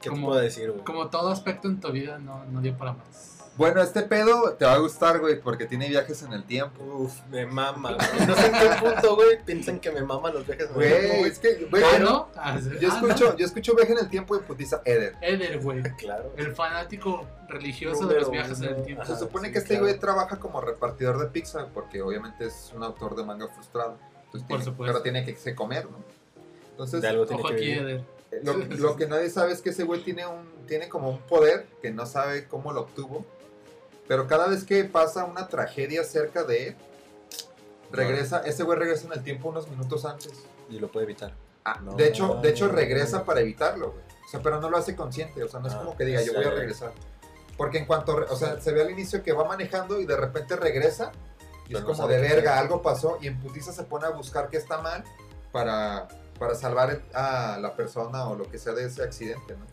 S2: ¿Qué te
S1: Como-
S2: puedo decir, güey?
S1: Como todo aspecto en tu vida no, no dio para más.
S3: bueno, este pedo te va a gustar, güey, porque tiene viajes en el tiempo.
S2: Uf, me mama. güey. No sé en qué punto, güey, piensan que me maman los viajes. en el tiempo,
S3: Güey, es que, güey,
S1: Ah,
S3: yo-
S1: ¿no? Ah,
S3: yo,
S1: ah,
S3: escucho, yo escucho viaje en el tiempo y putiza Eder.
S1: ¿no? Eder, güey.
S2: Claro.
S1: El fanático religioso
S2: Número
S1: de los viajes en
S2: uno.
S1: el tiempo.
S2: Ajá.
S3: Se supone
S2: Ah, sí,
S3: que este
S2: claro.
S3: güey trabaja como repartidor de pizza, porque obviamente es un autor de manga frustrado. Entonces
S1: Por
S3: tiene-
S1: supuesto.
S3: Pero tiene que se comer, ¿no? Entonces,
S2: De algo tiene
S1: Ojo
S2: que
S1: aquí,
S3: eh.
S2: vivir.
S1: Eder.
S3: lo, lo que nadie sabe es que ese güey tiene, un, tiene como un poder que no sabe cómo lo obtuvo. Pero cada vez que pasa una tragedia cerca de él, regresa, ese güey regresa en el tiempo unos minutos antes.
S2: Y lo puede evitar.
S3: Ah,
S2: No.
S3: de hecho, de hecho regresa para evitarlo, güey. O sea, pero no lo hace consciente, o sea, no es
S2: Ah,
S3: como que diga, yo voy a
S2: sí.
S3: regresar. Porque en cuanto, re- o sea, se ve al inicio que va manejando y de repente regresa y
S2: Pero
S3: es
S2: no
S3: como
S2: sabe
S3: de
S2: qué
S3: verga,
S2: hacer.
S3: algo pasó y en putiza se pone a buscar qué está mal para, para salvar a la persona o lo que sea de ese accidente, ¿no?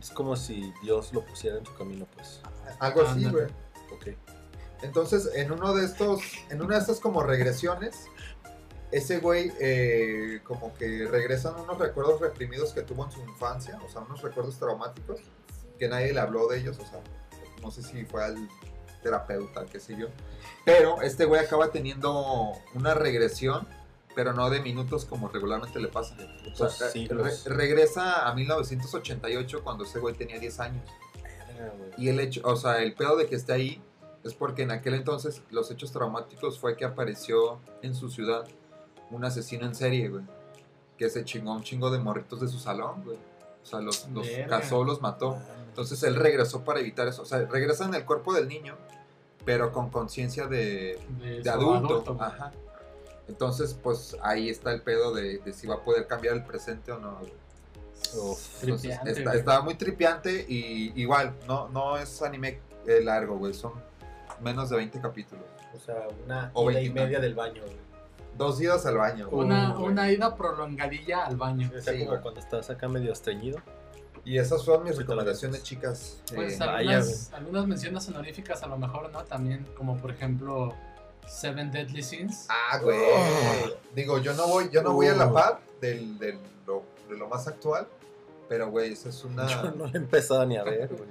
S2: Es como si Dios lo pusiera en tu camino, pues.
S3: Algo así,
S1: Ándale.
S3: güey.
S2: Ok.
S3: Entonces, en uno de estos, en una de estas como regresiones, ese güey eh, como que regresan unos recuerdos reprimidos que tuvo en su infancia, o sea, unos recuerdos traumáticos que nadie le habló de ellos, o sea, no sé si fue al terapeuta, qué sé yo. Pero este güey acaba teniendo una regresión, pero no de minutos como regularmente le pasa.
S2: De
S3: O
S2: putos
S3: sea, eh, re-
S2: siglos.
S3: regresa a 1988 cuando ese güey tenía 10 años.
S2: Verga, güey.
S3: Y el hecho, o sea, el pedo de que esté ahí es porque en aquel entonces los hechos traumáticos fue que apareció en su ciudad un asesino en serie, güey. Que se chingó un chingo de morritos de su salón, güey. O sea, los, los
S1: Verga.
S3: cazó, los mató.
S2: Ah,
S3: Entonces él regresó para evitar eso. O sea, regresa en el cuerpo del niño, pero con conciencia de,
S1: De,
S3: de
S1: su
S3: adulto.
S1: güey.
S2: Ah,
S3: Ajá. Entonces, pues ahí está el pedo de, de si va a poder cambiar el presente o no. güey.
S2: Uf,
S3: Entonces,
S1: Tripeante,
S3: está-
S1: güey.
S3: estaba muy tripeante y igual, no, no es anime eh, largo, güey, son menos de 20 capítulos.
S2: o sea, una
S3: O
S2: hora y
S3: veintitantos.
S2: media del baño, güey.
S3: Dos días al baño, güey.
S1: Una,
S2: güey.
S1: una ida prolongadilla al baño.
S2: O sea,
S3: Sí,
S2: como
S3: güey.
S2: cuando estás acá medio estreñido.
S3: Y esas son mis
S2: Sí,
S3: recomendaciones, chicas. Eh,
S1: Pues
S2: vaya,
S1: algunas, algunas menciones honoríficas a lo mejor, ¿no? También, como por ejemplo, Seven Deadly Sins.
S3: ah, güey.
S1: Oh.
S3: Digo, yo no voy, yo no voy a la par del, del- lo, de lo más actual, pero güey, esa es una.
S2: Yo no lo he empezado ni a ver, güey.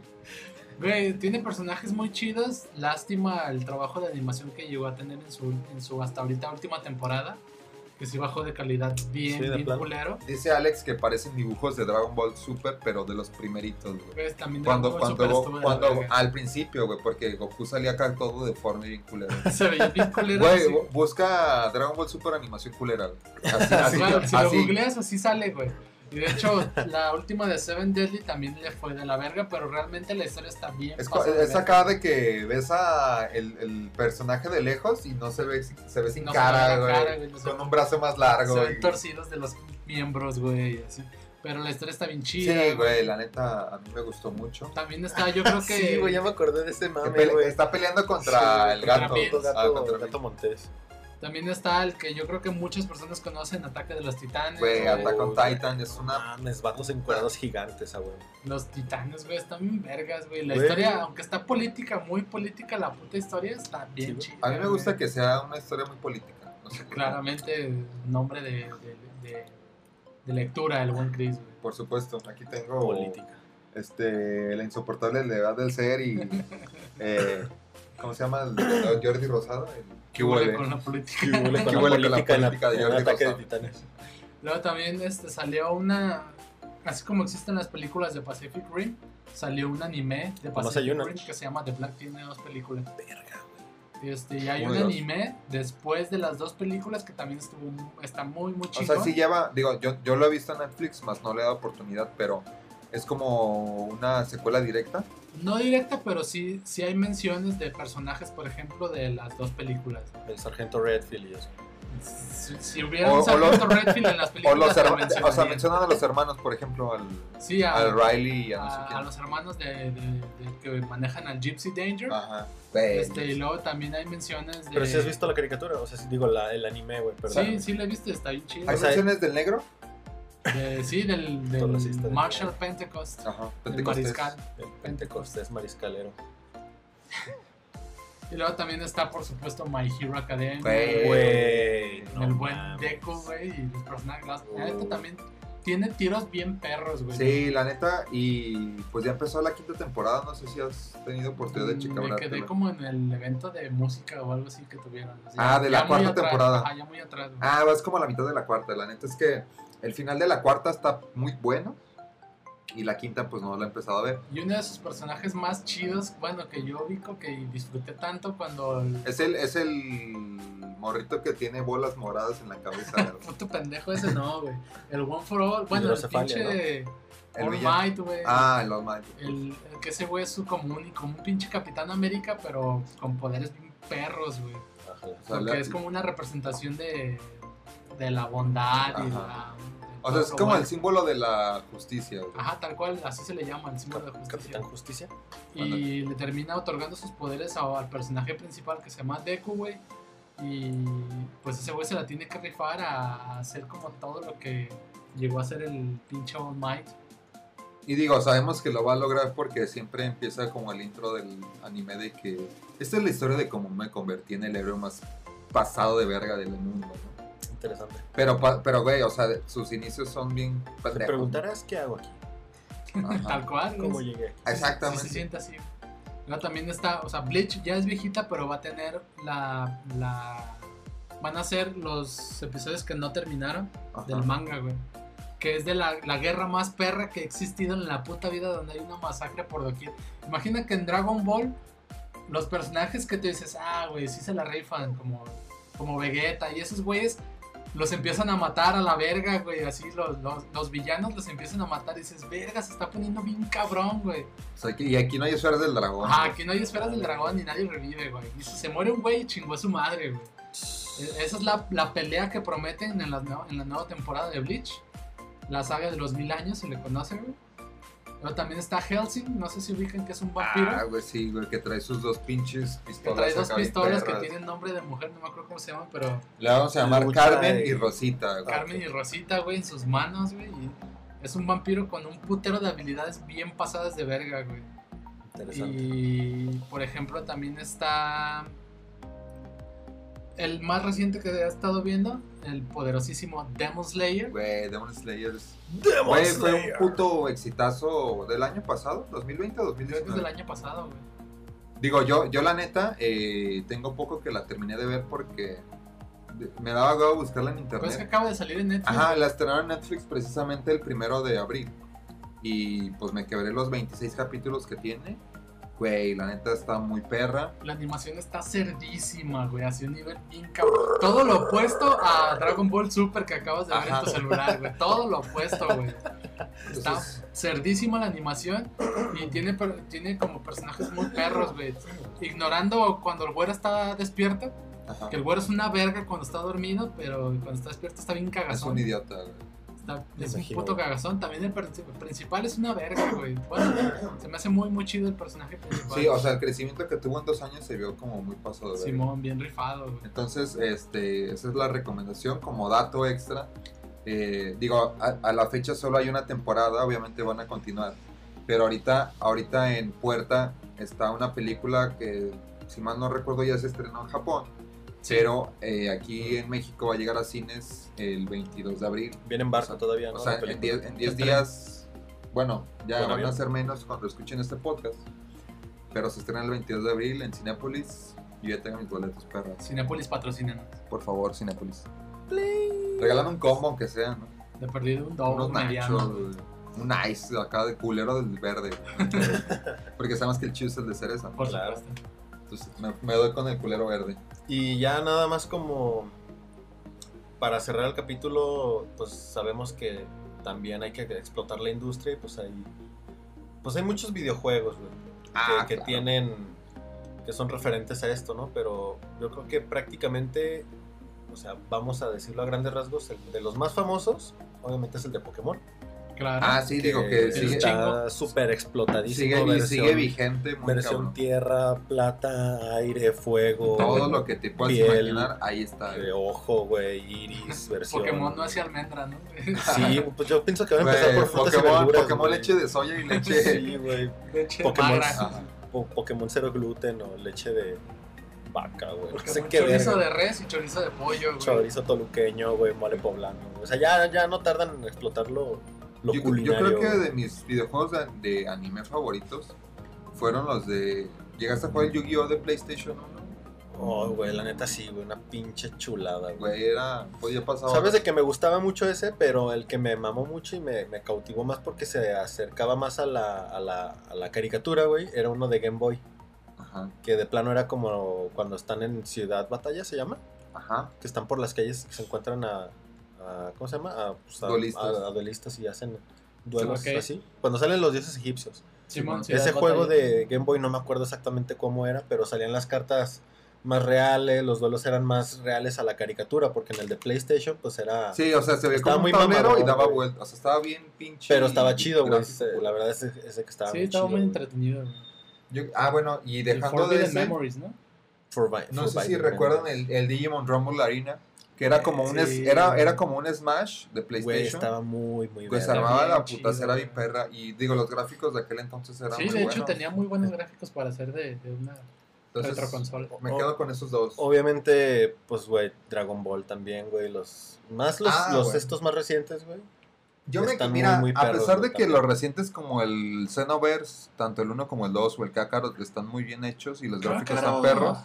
S1: Güey, tiene personajes muy chidos. Lástima el trabajo de animación que llegó a tener en su, en su hasta ahorita última temporada. Que sí bajó de calidad bien,
S2: Sí, de
S1: bien
S2: plano.
S1: culero.
S3: Dice Alex que parecen dibujos de Dragon Ball Super, pero de los primeritos, güey.
S1: Pues también Dragon
S3: Cuando,
S1: Ball
S3: cuando,
S1: Super estuvo de la
S3: cuando,
S1: verga.
S3: al principio, güey, porque Goku salía acá todo deforme y bien culero.
S1: Se veía bien culero.
S3: Güey,
S1: así.
S3: bu- busca Dragon Ball Super animación culera, güey. Así, así,
S1: Claro, si lo
S3: así.
S1: googleas, así sale, güey. Y de hecho, la última de Seven Deadly también le fue de la verga, pero realmente la historia está bien.
S3: Es, cu-
S1: pasada de
S3: es
S1: verga.
S3: acá de que ves a el, el personaje de lejos y no se ve, sin- se ve sin
S1: No se ve
S3: cara,
S1: la
S3: güey.
S1: cara, güey, no se
S3: con
S1: ve-
S3: un brazo más largo,
S1: Se
S3: güey.
S1: ven torcidos de los miembros, güey, así. Pero la historia está bien chida.
S3: Sí, güey, la neta, a mí me gustó mucho.
S1: También está, yo creo que.
S2: Sí, güey, ya me acordé de ese
S3: Que
S2: mame,
S3: pele-
S2: Ah, güey.
S3: está peleando contra
S2: Sí,
S3: el gato.
S1: Mills.
S2: Gato,
S3: Ah, contra
S2: gato,
S3: Mills.
S2: gato Montés.
S1: También está el que yo creo que muchas personas conocen, Ataque de los Titanes.
S3: Güey,
S1: güey.
S3: Attack on Titan es
S2: No
S3: una...
S2: mames, vatos encuadrados gigantes, ah, güey.
S1: Los Titanes, güey, están bien vergas, güey. La
S2: Güey.
S1: historia, aunque está política, muy política, la puta historia está bien
S2: Sí,
S1: chida.
S3: A mí me
S1: güey.
S3: gusta que sea una historia muy política. No sé por qué.
S1: Claramente, el nombre de, de- de, de lectura el buen Chris, güey.
S3: Por supuesto, aquí tengo
S2: Política.
S3: este la insoportable levedad del ser y eh, ¿cómo se llama? El- el Jordi Rosado. El,
S1: ¿Qué huele
S3: huele?
S1: con la política?
S2: ¿Qué huele
S3: ¿Qué
S2: con la
S3: huele con la
S2: política en la-
S3: política de
S2: en el
S3: Jordi
S2: ataque de
S3: Rosado?
S2: titanes?
S1: Luego también este, salió una. Así como existen las películas de Pacific Rim, salió un anime de
S3: Pues
S2: Nomás hay
S1: Pacific
S2: una.
S1: Rim que se llama The Black. Tiene dos películas.
S2: Verga, güey.
S1: Este, y hay
S3: Uno
S1: un
S3: de dos.
S1: anime después de las dos películas que también estuvo, mu- está muy, muy
S3: O
S1: chido.
S3: sea, sí lleva, digo, yo, yo lo he visto en Netflix, más no le he dado oportunidad, pero es como una secuela directa.
S1: No directa, pero sí, sí hay menciones de personajes, por ejemplo, de las dos películas.
S2: El sargento Redfield y eso.
S1: Si, si hubiera
S3: O-
S1: un
S3: o los-
S1: Sargento Redfield en las
S3: O,
S1: películas,
S3: los
S1: lo
S3: hermanos, o sea,
S1: mencionarían.
S3: mencionan a los hermanos, por ejemplo, al,
S1: Sí, a,
S3: al Riley y a no sé
S1: a- a
S3: quién.
S1: Ah, los hermanos de, de- de que manejan al Gypsy Danger.
S3: Ajá.
S1: Este, y luego también hay menciones de.
S2: Pero si has visto la caricatura, o sea, si digo la- el anime, güey, perdón.
S1: Sí, sí, la he visto, está bien chido.
S3: ¿Hay
S2: o sea,
S3: menciones del negro?
S1: De- sí, del, del
S2: Todo racista de
S1: Marshall
S2: mierda.
S1: Pentecost.
S3: Ajá.
S1: El
S3: Pentecostés.
S1: mariscal.
S2: El Pentecostés mariscalero.
S1: Y luego también está, por supuesto, My Hero Academia.
S3: Güey,
S2: Güey,
S1: el
S2: no
S1: buen
S2: mames.
S1: Deco, güey. Y los personajes. las- la neta también tiene tiros bien perros, güey.
S3: Uh. Sí, la neta, y pues ya empezó la quinta temporada, no sé si has tenido oportunidad de
S1: Mm,
S3: checar.
S1: Me quedé como en el evento de música o algo así que tuvieron. o sea,
S3: Ah, de la
S1: ya muy
S3: cuarta
S1: atrás,
S3: temporada.
S1: ajá, ya muy atrás. güey.
S3: Ah, vas como a la mitad de la cuarta, la neta es que el final de la cuarta está muy bueno y la quinta pues no la he empezado a ver.
S1: Y uno de sus personajes más chidos, bueno, que yo ubico que disfruté tanto cuando el
S3: Es el, es el morrito que tiene bolas moradas en la cabeza. ¿verdad?
S1: puto pendejo ese no, güey. El One for All, bueno, el
S2: Hidrocefalia,
S1: pinche
S3: El
S1: All
S3: villano.
S1: Might, güey.
S3: ah, los mayos.
S1: El, el que ese güey es su común, como un pinche Capitán América, pero con poderes bien perros, güey.
S2: Ajá.
S3: O sea,
S1: Porque
S3: la-
S1: es como una representación de, de la bondad
S3: Ajá.
S1: y la.
S3: O sea, es como el símbolo de la justicia. güey.
S1: Ajá, tal cual, así se le llama, el símbolo de justicia.
S2: Capitán Justicia.
S1: Y le termina otorgando sus poderes a- al personaje principal que se llama Deku, güey. Y pues ese güey se la tiene que rifar a hacer como todo lo que llegó a hacer el pinche All Might.
S3: Y digo, sabemos que lo va a lograr porque siempre empieza como el intro del anime de que esta es la historia de cómo me convertí en el héroe más pasado de verga del mundo. ¿no?
S2: Interesante.
S3: Pero, pa- pero güey, o sea, sus inicios son bien...
S2: Te preguntarás qué hago aquí,
S3: Ajá.
S1: Tal cual. güey.
S2: cómo llegué aquí.
S3: Ah, Exactamente.
S1: Sí, se siente así. Luego también está, o sea, Bleach ya es viejita, pero va a tener la, la... Van a ser los episodios que no terminaron
S3: Ajá.
S1: del manga, güey. Que es de la, la guerra más perra que ha existido en la puta vida donde hay una masacre por doquier. Imagina que en Dragon Ball los personajes que te dices, ah, güey, sí se la rifan, como, como Vegeta y esos güeyes los empiezan a matar a la verga, güey, así los, los, los villanos los empiezan a matar y dices, verga, se está poniendo bien cabrón, güey.
S3: O sea, que- y aquí no hay esferas del dragón.
S1: Ajá, que no hay esferas del dragón y nadie revive, güey. Y si se muere un güey, chingó a su madre, güey. E- Esa es la, la pelea que prometen en la, nue- en la nueva temporada de Bleach. La saga de los mil años se le conoce, güey. Pero también está Helsing, no sé si ubican que es un vampiro.
S3: Ah, güey, sí, güey, que trae sus dos pinches
S1: que
S3: pistolas.
S1: trae dos
S3: acá bien
S1: pistolas que
S3: perras. Ah,
S1: tienen nombre de mujer, no me acuerdo cómo se llaman, pero
S3: Le vamos a llamar
S2: Lucha
S3: Carmen
S2: y-
S3: y Rosita, güey.
S1: Carmen y Rosita, güey, en sus manos, güey. y es un vampiro con un putero de habilidades bien pasadas de verga, güey.
S2: Interesante.
S1: Y por ejemplo, también está el más reciente que he estado viendo, el poderosísimo Demon Slayer.
S3: Güey, Demon Slayers.
S2: Demon
S3: Güey, fue un
S2: Slayer.
S3: puto exitazo del año pasado, 2020 o
S1: Creo que es del
S3: 2019.
S1: año pasado, güey.
S3: Digo, yo, yo la neta, eh, tengo poco que la terminé de ver porque de- me daba huevo buscarla en internet.
S1: Pero Pues es que acaba de salir en Netflix.
S3: Ajá, la estrenaron en Netflix precisamente el primero de abril. Y pues me quebré los 26 capítulos que tiene. Güey, la neta está muy perra.
S1: La animación está cerdísima, güey. Así un nivel bien cabrón. Todo lo opuesto a Dragon Ball Super que acabas de ver
S3: Ajá.
S1: en tu celular, güey. Todo lo opuesto, güey. Está
S3: Entonces,
S1: cerdísima la animación y tiene, per- tiene como personajes muy perros, güey. Ignorando cuando el güero está despierto,
S3: ajá,
S1: Que el güero es una verga cuando está dormido, pero cuando está despierto está bien
S3: es
S1: cagazón.
S3: un idiota, güey.
S1: Está-
S2: Me
S1: es un
S2: imagino,
S1: puto
S2: güey.
S1: cagazón. También el per- principal es una verga, güey. Bueno, se me hace muy, muy chido el personaje principal.
S3: Sí, o sea, el crecimiento que tuvo en dos años se vio como muy pasado de verga.
S1: Simón, bien rifado, güey.
S3: Entonces, este, esa es la recomendación como dato extra. Eh, digo, a, a la fecha solo hay una temporada, obviamente van a continuar. Pero ahorita, ahorita en puerta está una película que, si mal no recuerdo, ya se estrenó en Japón, Pero eh, aquí en México va a llegar a cines el 22 de abril.
S2: Viene en barco
S3: O sea,
S2: todavía, ¿no?
S3: O
S2: La
S3: sea, en
S2: película.
S3: 10 en 10
S1: Está
S3: días, bueno, ya
S2: Buen
S3: van
S2: avión.
S3: a ser menos cuando escuchen este podcast. Pero se estrena el 22 de abril en Cinépolis. Yo ya tengo mis boletos, perras.
S1: Cinepolis patrocina,
S3: Por favor, Cinépolis. Regálame un combo, aunque sea, ¿no?
S1: De perdido
S2: Oh,
S1: un doble
S3: Unos
S1: mediano.
S3: nachos, güey. un ice acá de culero del verde. güey. Porque sabemos que el chido es el de cereza.
S1: Por
S2: Claro.
S1: supuesto.
S3: Entonces me, me doy con el culero verde.
S2: Y ya nada más como para cerrar el capítulo, pues sabemos que también hay que explotar la industria y pues hay, pues hay muchos videojuegos, güey, que, que
S3: Ah, claro.
S2: tienen, que son referentes a esto, ¿no? Pero yo creo que prácticamente, o sea, vamos a decirlo a grandes rasgos, el de los más famosos, obviamente es el de Pokémon.
S1: Claro.
S3: Ah, sí, digo que
S1: es
S3: sigue,
S1: chido.
S2: está súper explotadísimo.
S3: sigue, vi-
S2: versión-
S3: sigue vigente. Muy
S2: Versión
S3: cabrón.
S2: tierra, plata, aire, fuego.
S3: Todo lo que te puedas
S2: piel,
S3: imaginar, ahí está. güey.
S2: De ojo, güey, iris, versión.
S1: Pokémon no hace almendra, ¿no?
S2: Sí, pues yo pienso que van a empezar
S3: Güey,
S2: por frutas y
S3: Pokémon,
S2: verduras.
S3: Pokémon
S2: güey.
S3: leche de soya y leche.
S2: Sí, güey.
S1: Leche
S2: Pokémon.
S1: magra.
S3: Ajá.
S2: Po- Pokémon cero gluten o leche de vaca, güey. No sé
S1: Pokémon
S2: qué
S1: chorizo
S2: verga.
S1: de res y chorizo de pollo, güey.
S2: Chorizo toluqueño, güey, mole poblano. güey. O sea, ya, ya no tardan en explotar lo, lo
S3: yo, yo
S2: culinario.
S3: creo que
S2: güey.
S3: de mis videojuegos de, de anime favoritos fueron los de. ¿Llegaste a jugar Yu-Gi-Oh! de PlayStation 1?
S2: Oh, güey, la neta sí, güey, una pinche chulada, güey.
S3: Güey, era. pues, Podía pasar.
S2: Sabes de que me gustaba mucho ese, pero el que me mamó mucho y me, me cautivó más porque se acercaba más a la, a la, a la caricatura, güey, era uno de Game Boy.
S3: Ajá.
S2: Que de plano era como cuando están en Ciudad Batalla, ¿se llama?
S3: Ajá.
S2: Que están por las calles que se encuentran a. a- ¿Cómo se llama? A, pues, a-
S3: Duelistas.
S2: a- a duelistas y hacen duelos
S1: Ok.
S2: así. Cuando salen los dioses egipcios.
S1: Simón,
S2: Ese juego de Game Boy no me acuerdo exactamente cómo era, pero salían las cartas más reales, los duelos eran más reales a la caricatura, porque en el de PlayStation pues era...
S3: Sí, o sea, se veía
S2: Estaba
S3: como
S2: muy
S3: un tablero
S2: mamador,
S3: y daba
S2: güey.
S3: vueltas. O sea, estaba bien pinche.
S2: Pero estaba chido, güey.
S3: gráfico,
S2: ese- La verdad, ese, ese que estaba
S1: Sí,
S2: muy
S1: estaba
S2: chido,
S1: muy
S2: güey.
S1: entretenido. güey.
S3: Yo- ah, bueno, y
S1: El
S3: dejando de
S1: Forbidden
S3: ese,
S1: Memories, ¿no?
S2: For Vi-
S3: No
S2: for
S3: sé si
S2: Biden,
S3: recuerdan
S2: güey.
S3: el, el Digimon Rumble Arena, que era como un es-
S1: Sí.
S3: era, era como un Smash de
S2: Güey,
S3: PlayStation. Pues,
S2: estaba muy, muy
S3: que se
S2: verga.
S3: armaba la
S1: Bien chido,
S3: putacera
S1: güey.
S3: bien perra. Y digo, los gráficos de aquel entonces eran
S1: Sí, de
S3: muy
S1: hecho
S3: buenos.
S1: tenía muy buenos gráficos para hacer de, de una
S3: Entonces,
S1: retroconsola.
S3: me quedo con esos dos.
S2: Obviamente, pues, güey, Dragon Ball también, güey. Los, más los,
S3: Ah,
S2: los
S3: güey.
S2: estos más recientes, güey.
S3: Yo me
S2: están muy,
S3: mira,
S2: muy
S3: a
S2: perros,
S3: pesar
S2: güey,
S3: de que
S2: también.
S3: los recientes como el Xenoverse, tanto el 1 como el 2 o el Kakarot están muy bien hechos y los gráficos están perros,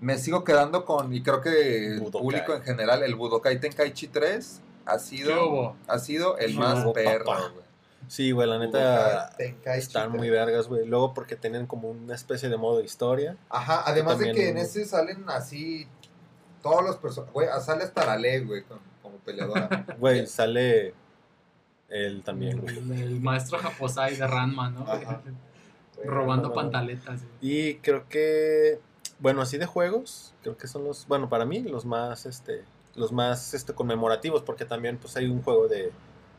S3: me sigo quedando con y creo que el
S2: Budokai.
S3: público en general el Budokai Tenkaichi 3 ha
S1: ¿Qué
S3: sido
S1: hubo?
S3: ha sido el
S2: ¿Qué
S3: más
S2: hubo,
S3: perro,
S2: papá?
S3: güey.
S2: Sí, güey, la neta.
S3: Budokai Tenkaichi
S2: Están
S3: 3.
S2: muy vergas, güey. Luego porque tienen como una especie de modo de historia.
S3: Ajá, además de
S2: también-
S3: que en ese salen así todos los personajes. Güey, sale hasta la ley, güey, con- como peleadora.
S2: Güey, sale él también, güey.
S1: El, el maestro Japosai de Ranma, ¿no?
S3: Ajá.
S1: Robando
S2: no, no, no.
S1: pantaletas. güey.
S2: Y creo que, bueno, así de juegos, creo que son los, bueno, para mí los más, este, los más, este, conmemorativos, porque también, pues, hay un juego de,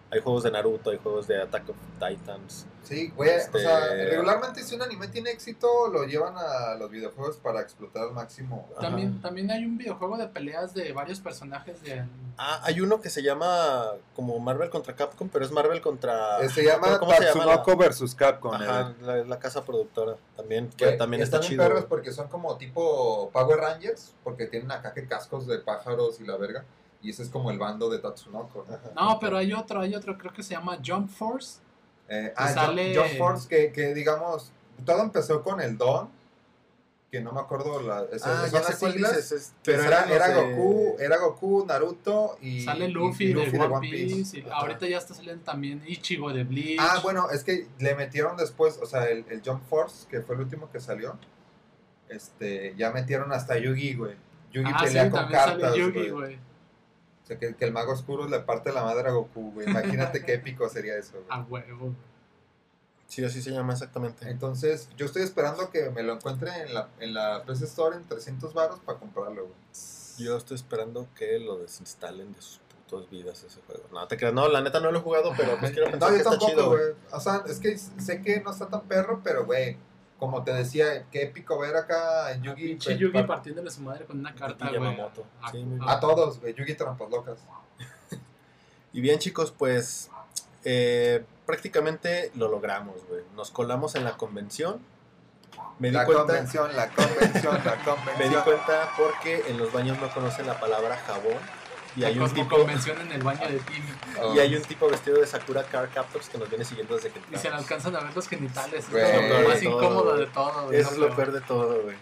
S2: hay juegos de Naruto, hay juegos de Attack of Titans.
S3: Sí, güey,
S2: Este-
S3: o sea, regularmente si un anime tiene éxito, lo llevan a los videojuegos para explotar al máximo.
S2: Ajá.
S1: También, también hay un videojuego de peleas de varios personajes de...
S2: Ah, hay uno que se llama como Marvel contra Capcom, pero es Marvel contra,
S3: Eh, Se
S2: no me
S3: llama
S2: acuerdo Ah, cómo se llama la-
S3: Tatsunoko vs. Capcom.
S2: ajá,
S3: eh.
S2: la, la casa productora también, que
S3: Güey,
S2: también está
S3: están bien
S2: chido.
S3: perros porque son como tipo Power Rangers, porque tienen acá que cascos de pájaros y la verga. Y ese es como el bando de Tatsunoko, ¿no?
S1: No, pero hay otro, hay otro, creo que se llama Jump Force.
S3: Eh, ah, John-
S1: sale-
S3: John, Force, que, que digamos, todo empezó con el Don, que no me acuerdo la, esas,
S2: Ah,
S3: esas
S2: ya sé
S3: siglas,
S2: cuál dices, este,
S3: pero era,
S2: salen los
S3: era
S2: de-
S3: Goku, era Goku, Naruto y
S1: Sale
S3: y-
S1: Luffy,
S3: y
S1: de, One Piece. y
S3: Ajá.
S1: ahorita ya está saliendo también Ichigo de Bleach.
S3: Ah, bueno, es que le metieron después, o sea, el, el Jump Force, que fue el último que salió, este, ya metieron hasta Yugi, güey. Yugi
S1: Ah, sí,
S3: pelea con
S1: también
S3: cartas,
S1: sale Yugi,
S3: güey.
S1: güey.
S3: O sea, que, que el mago oscuro le parte la madre a Goku, güey. Imagínate qué épico sería eso, güey.
S1: A huevo.
S2: Sí, así se llama exactamente.
S3: Entonces, yo estoy esperando que me lo encuentre en la, en la PS Store en 300 baros para comprarlo, güey.
S2: Yo estoy esperando que lo desinstalen de sus putas vidas ese juego. No, te creas, no, la neta no lo he jugado, pero pues quiero pensar
S3: No,
S2: que
S3: yo
S2: está chido,
S3: tampoco,
S2: güey.
S3: güey. O sea, es que sé que no está tan perro, pero, güey, como te decía, qué épico ver acá en
S1: A
S3: Yugi.
S1: Pinche
S3: pe-
S1: Yugi
S3: par-
S1: partiéndole su madre con una carta,
S2: Y
S1: güey.
S2: Yamamoto.
S1: A-
S2: Sí, muy bien.
S3: a todos, güey. Yugi trampas locas.
S2: Y bien, chicos, pues eh, prácticamente lo logramos, güey. Nos colamos en la convención. Me di
S3: la
S2: cuenta.
S3: convención, la convención, la
S2: Me di
S3: convención.
S2: cuenta porque en los baños no conocen la palabra jabón. Y
S1: La
S2: hay, un tipo,
S1: convención en el baño de Timmy.
S3: Oh.
S2: y hay un tipo vestido de Sakura Car Captors que nos viene siguiendo desde que
S1: Y se le
S2: entramos.
S1: alcanzan a ver los genitales.
S3: Güey.
S1: es lo más
S2: Todo,
S1: incómodo
S2: güey.
S1: de todo. güey,
S2: Eso es
S1: no,
S2: lo
S1: pero-
S2: peor de todo, güey.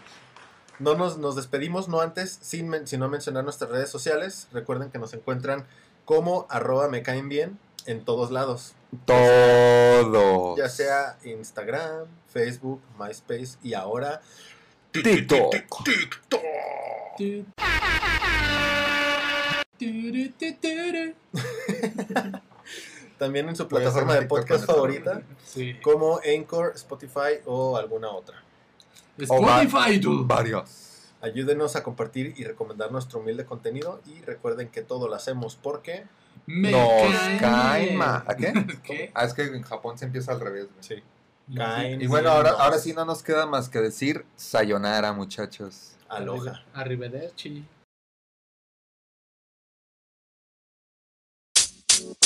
S2: No nos, nos despedimos, no antes, sin, men- sino mencionar nuestras redes sociales. Recuerden que nos encuentran como arroba me caen bien en todos lados.
S4: Todo.
S2: Ya sea Instagram, Facebook, MySpace y ahora
S4: TikTok.
S1: Tu- Turu, tu, turu.
S2: también en su
S3: Voy a hacer
S2: plataforma de
S3: TikTok
S2: podcast
S3: con eso.
S2: favorita
S1: Sí.
S2: como Anchor, Spotify o alguna otra.
S4: O va-
S1: Spotify, dude.
S4: Varios.
S2: Ayúdenos a compartir y recomendar nuestro humilde contenido y recuerden que todo lo hacemos porque...
S1: Me
S4: Nos caen
S1: bien.
S4: ma- ¿A qué?
S1: ¿Qué?
S3: Ah, es que en Japón se empieza al revés. güey.
S2: Sí.
S3: Y bueno, ahora, ahora sí no nos queda más que decir sayonara, muchachos.
S2: Aloha.
S1: Arrivederci.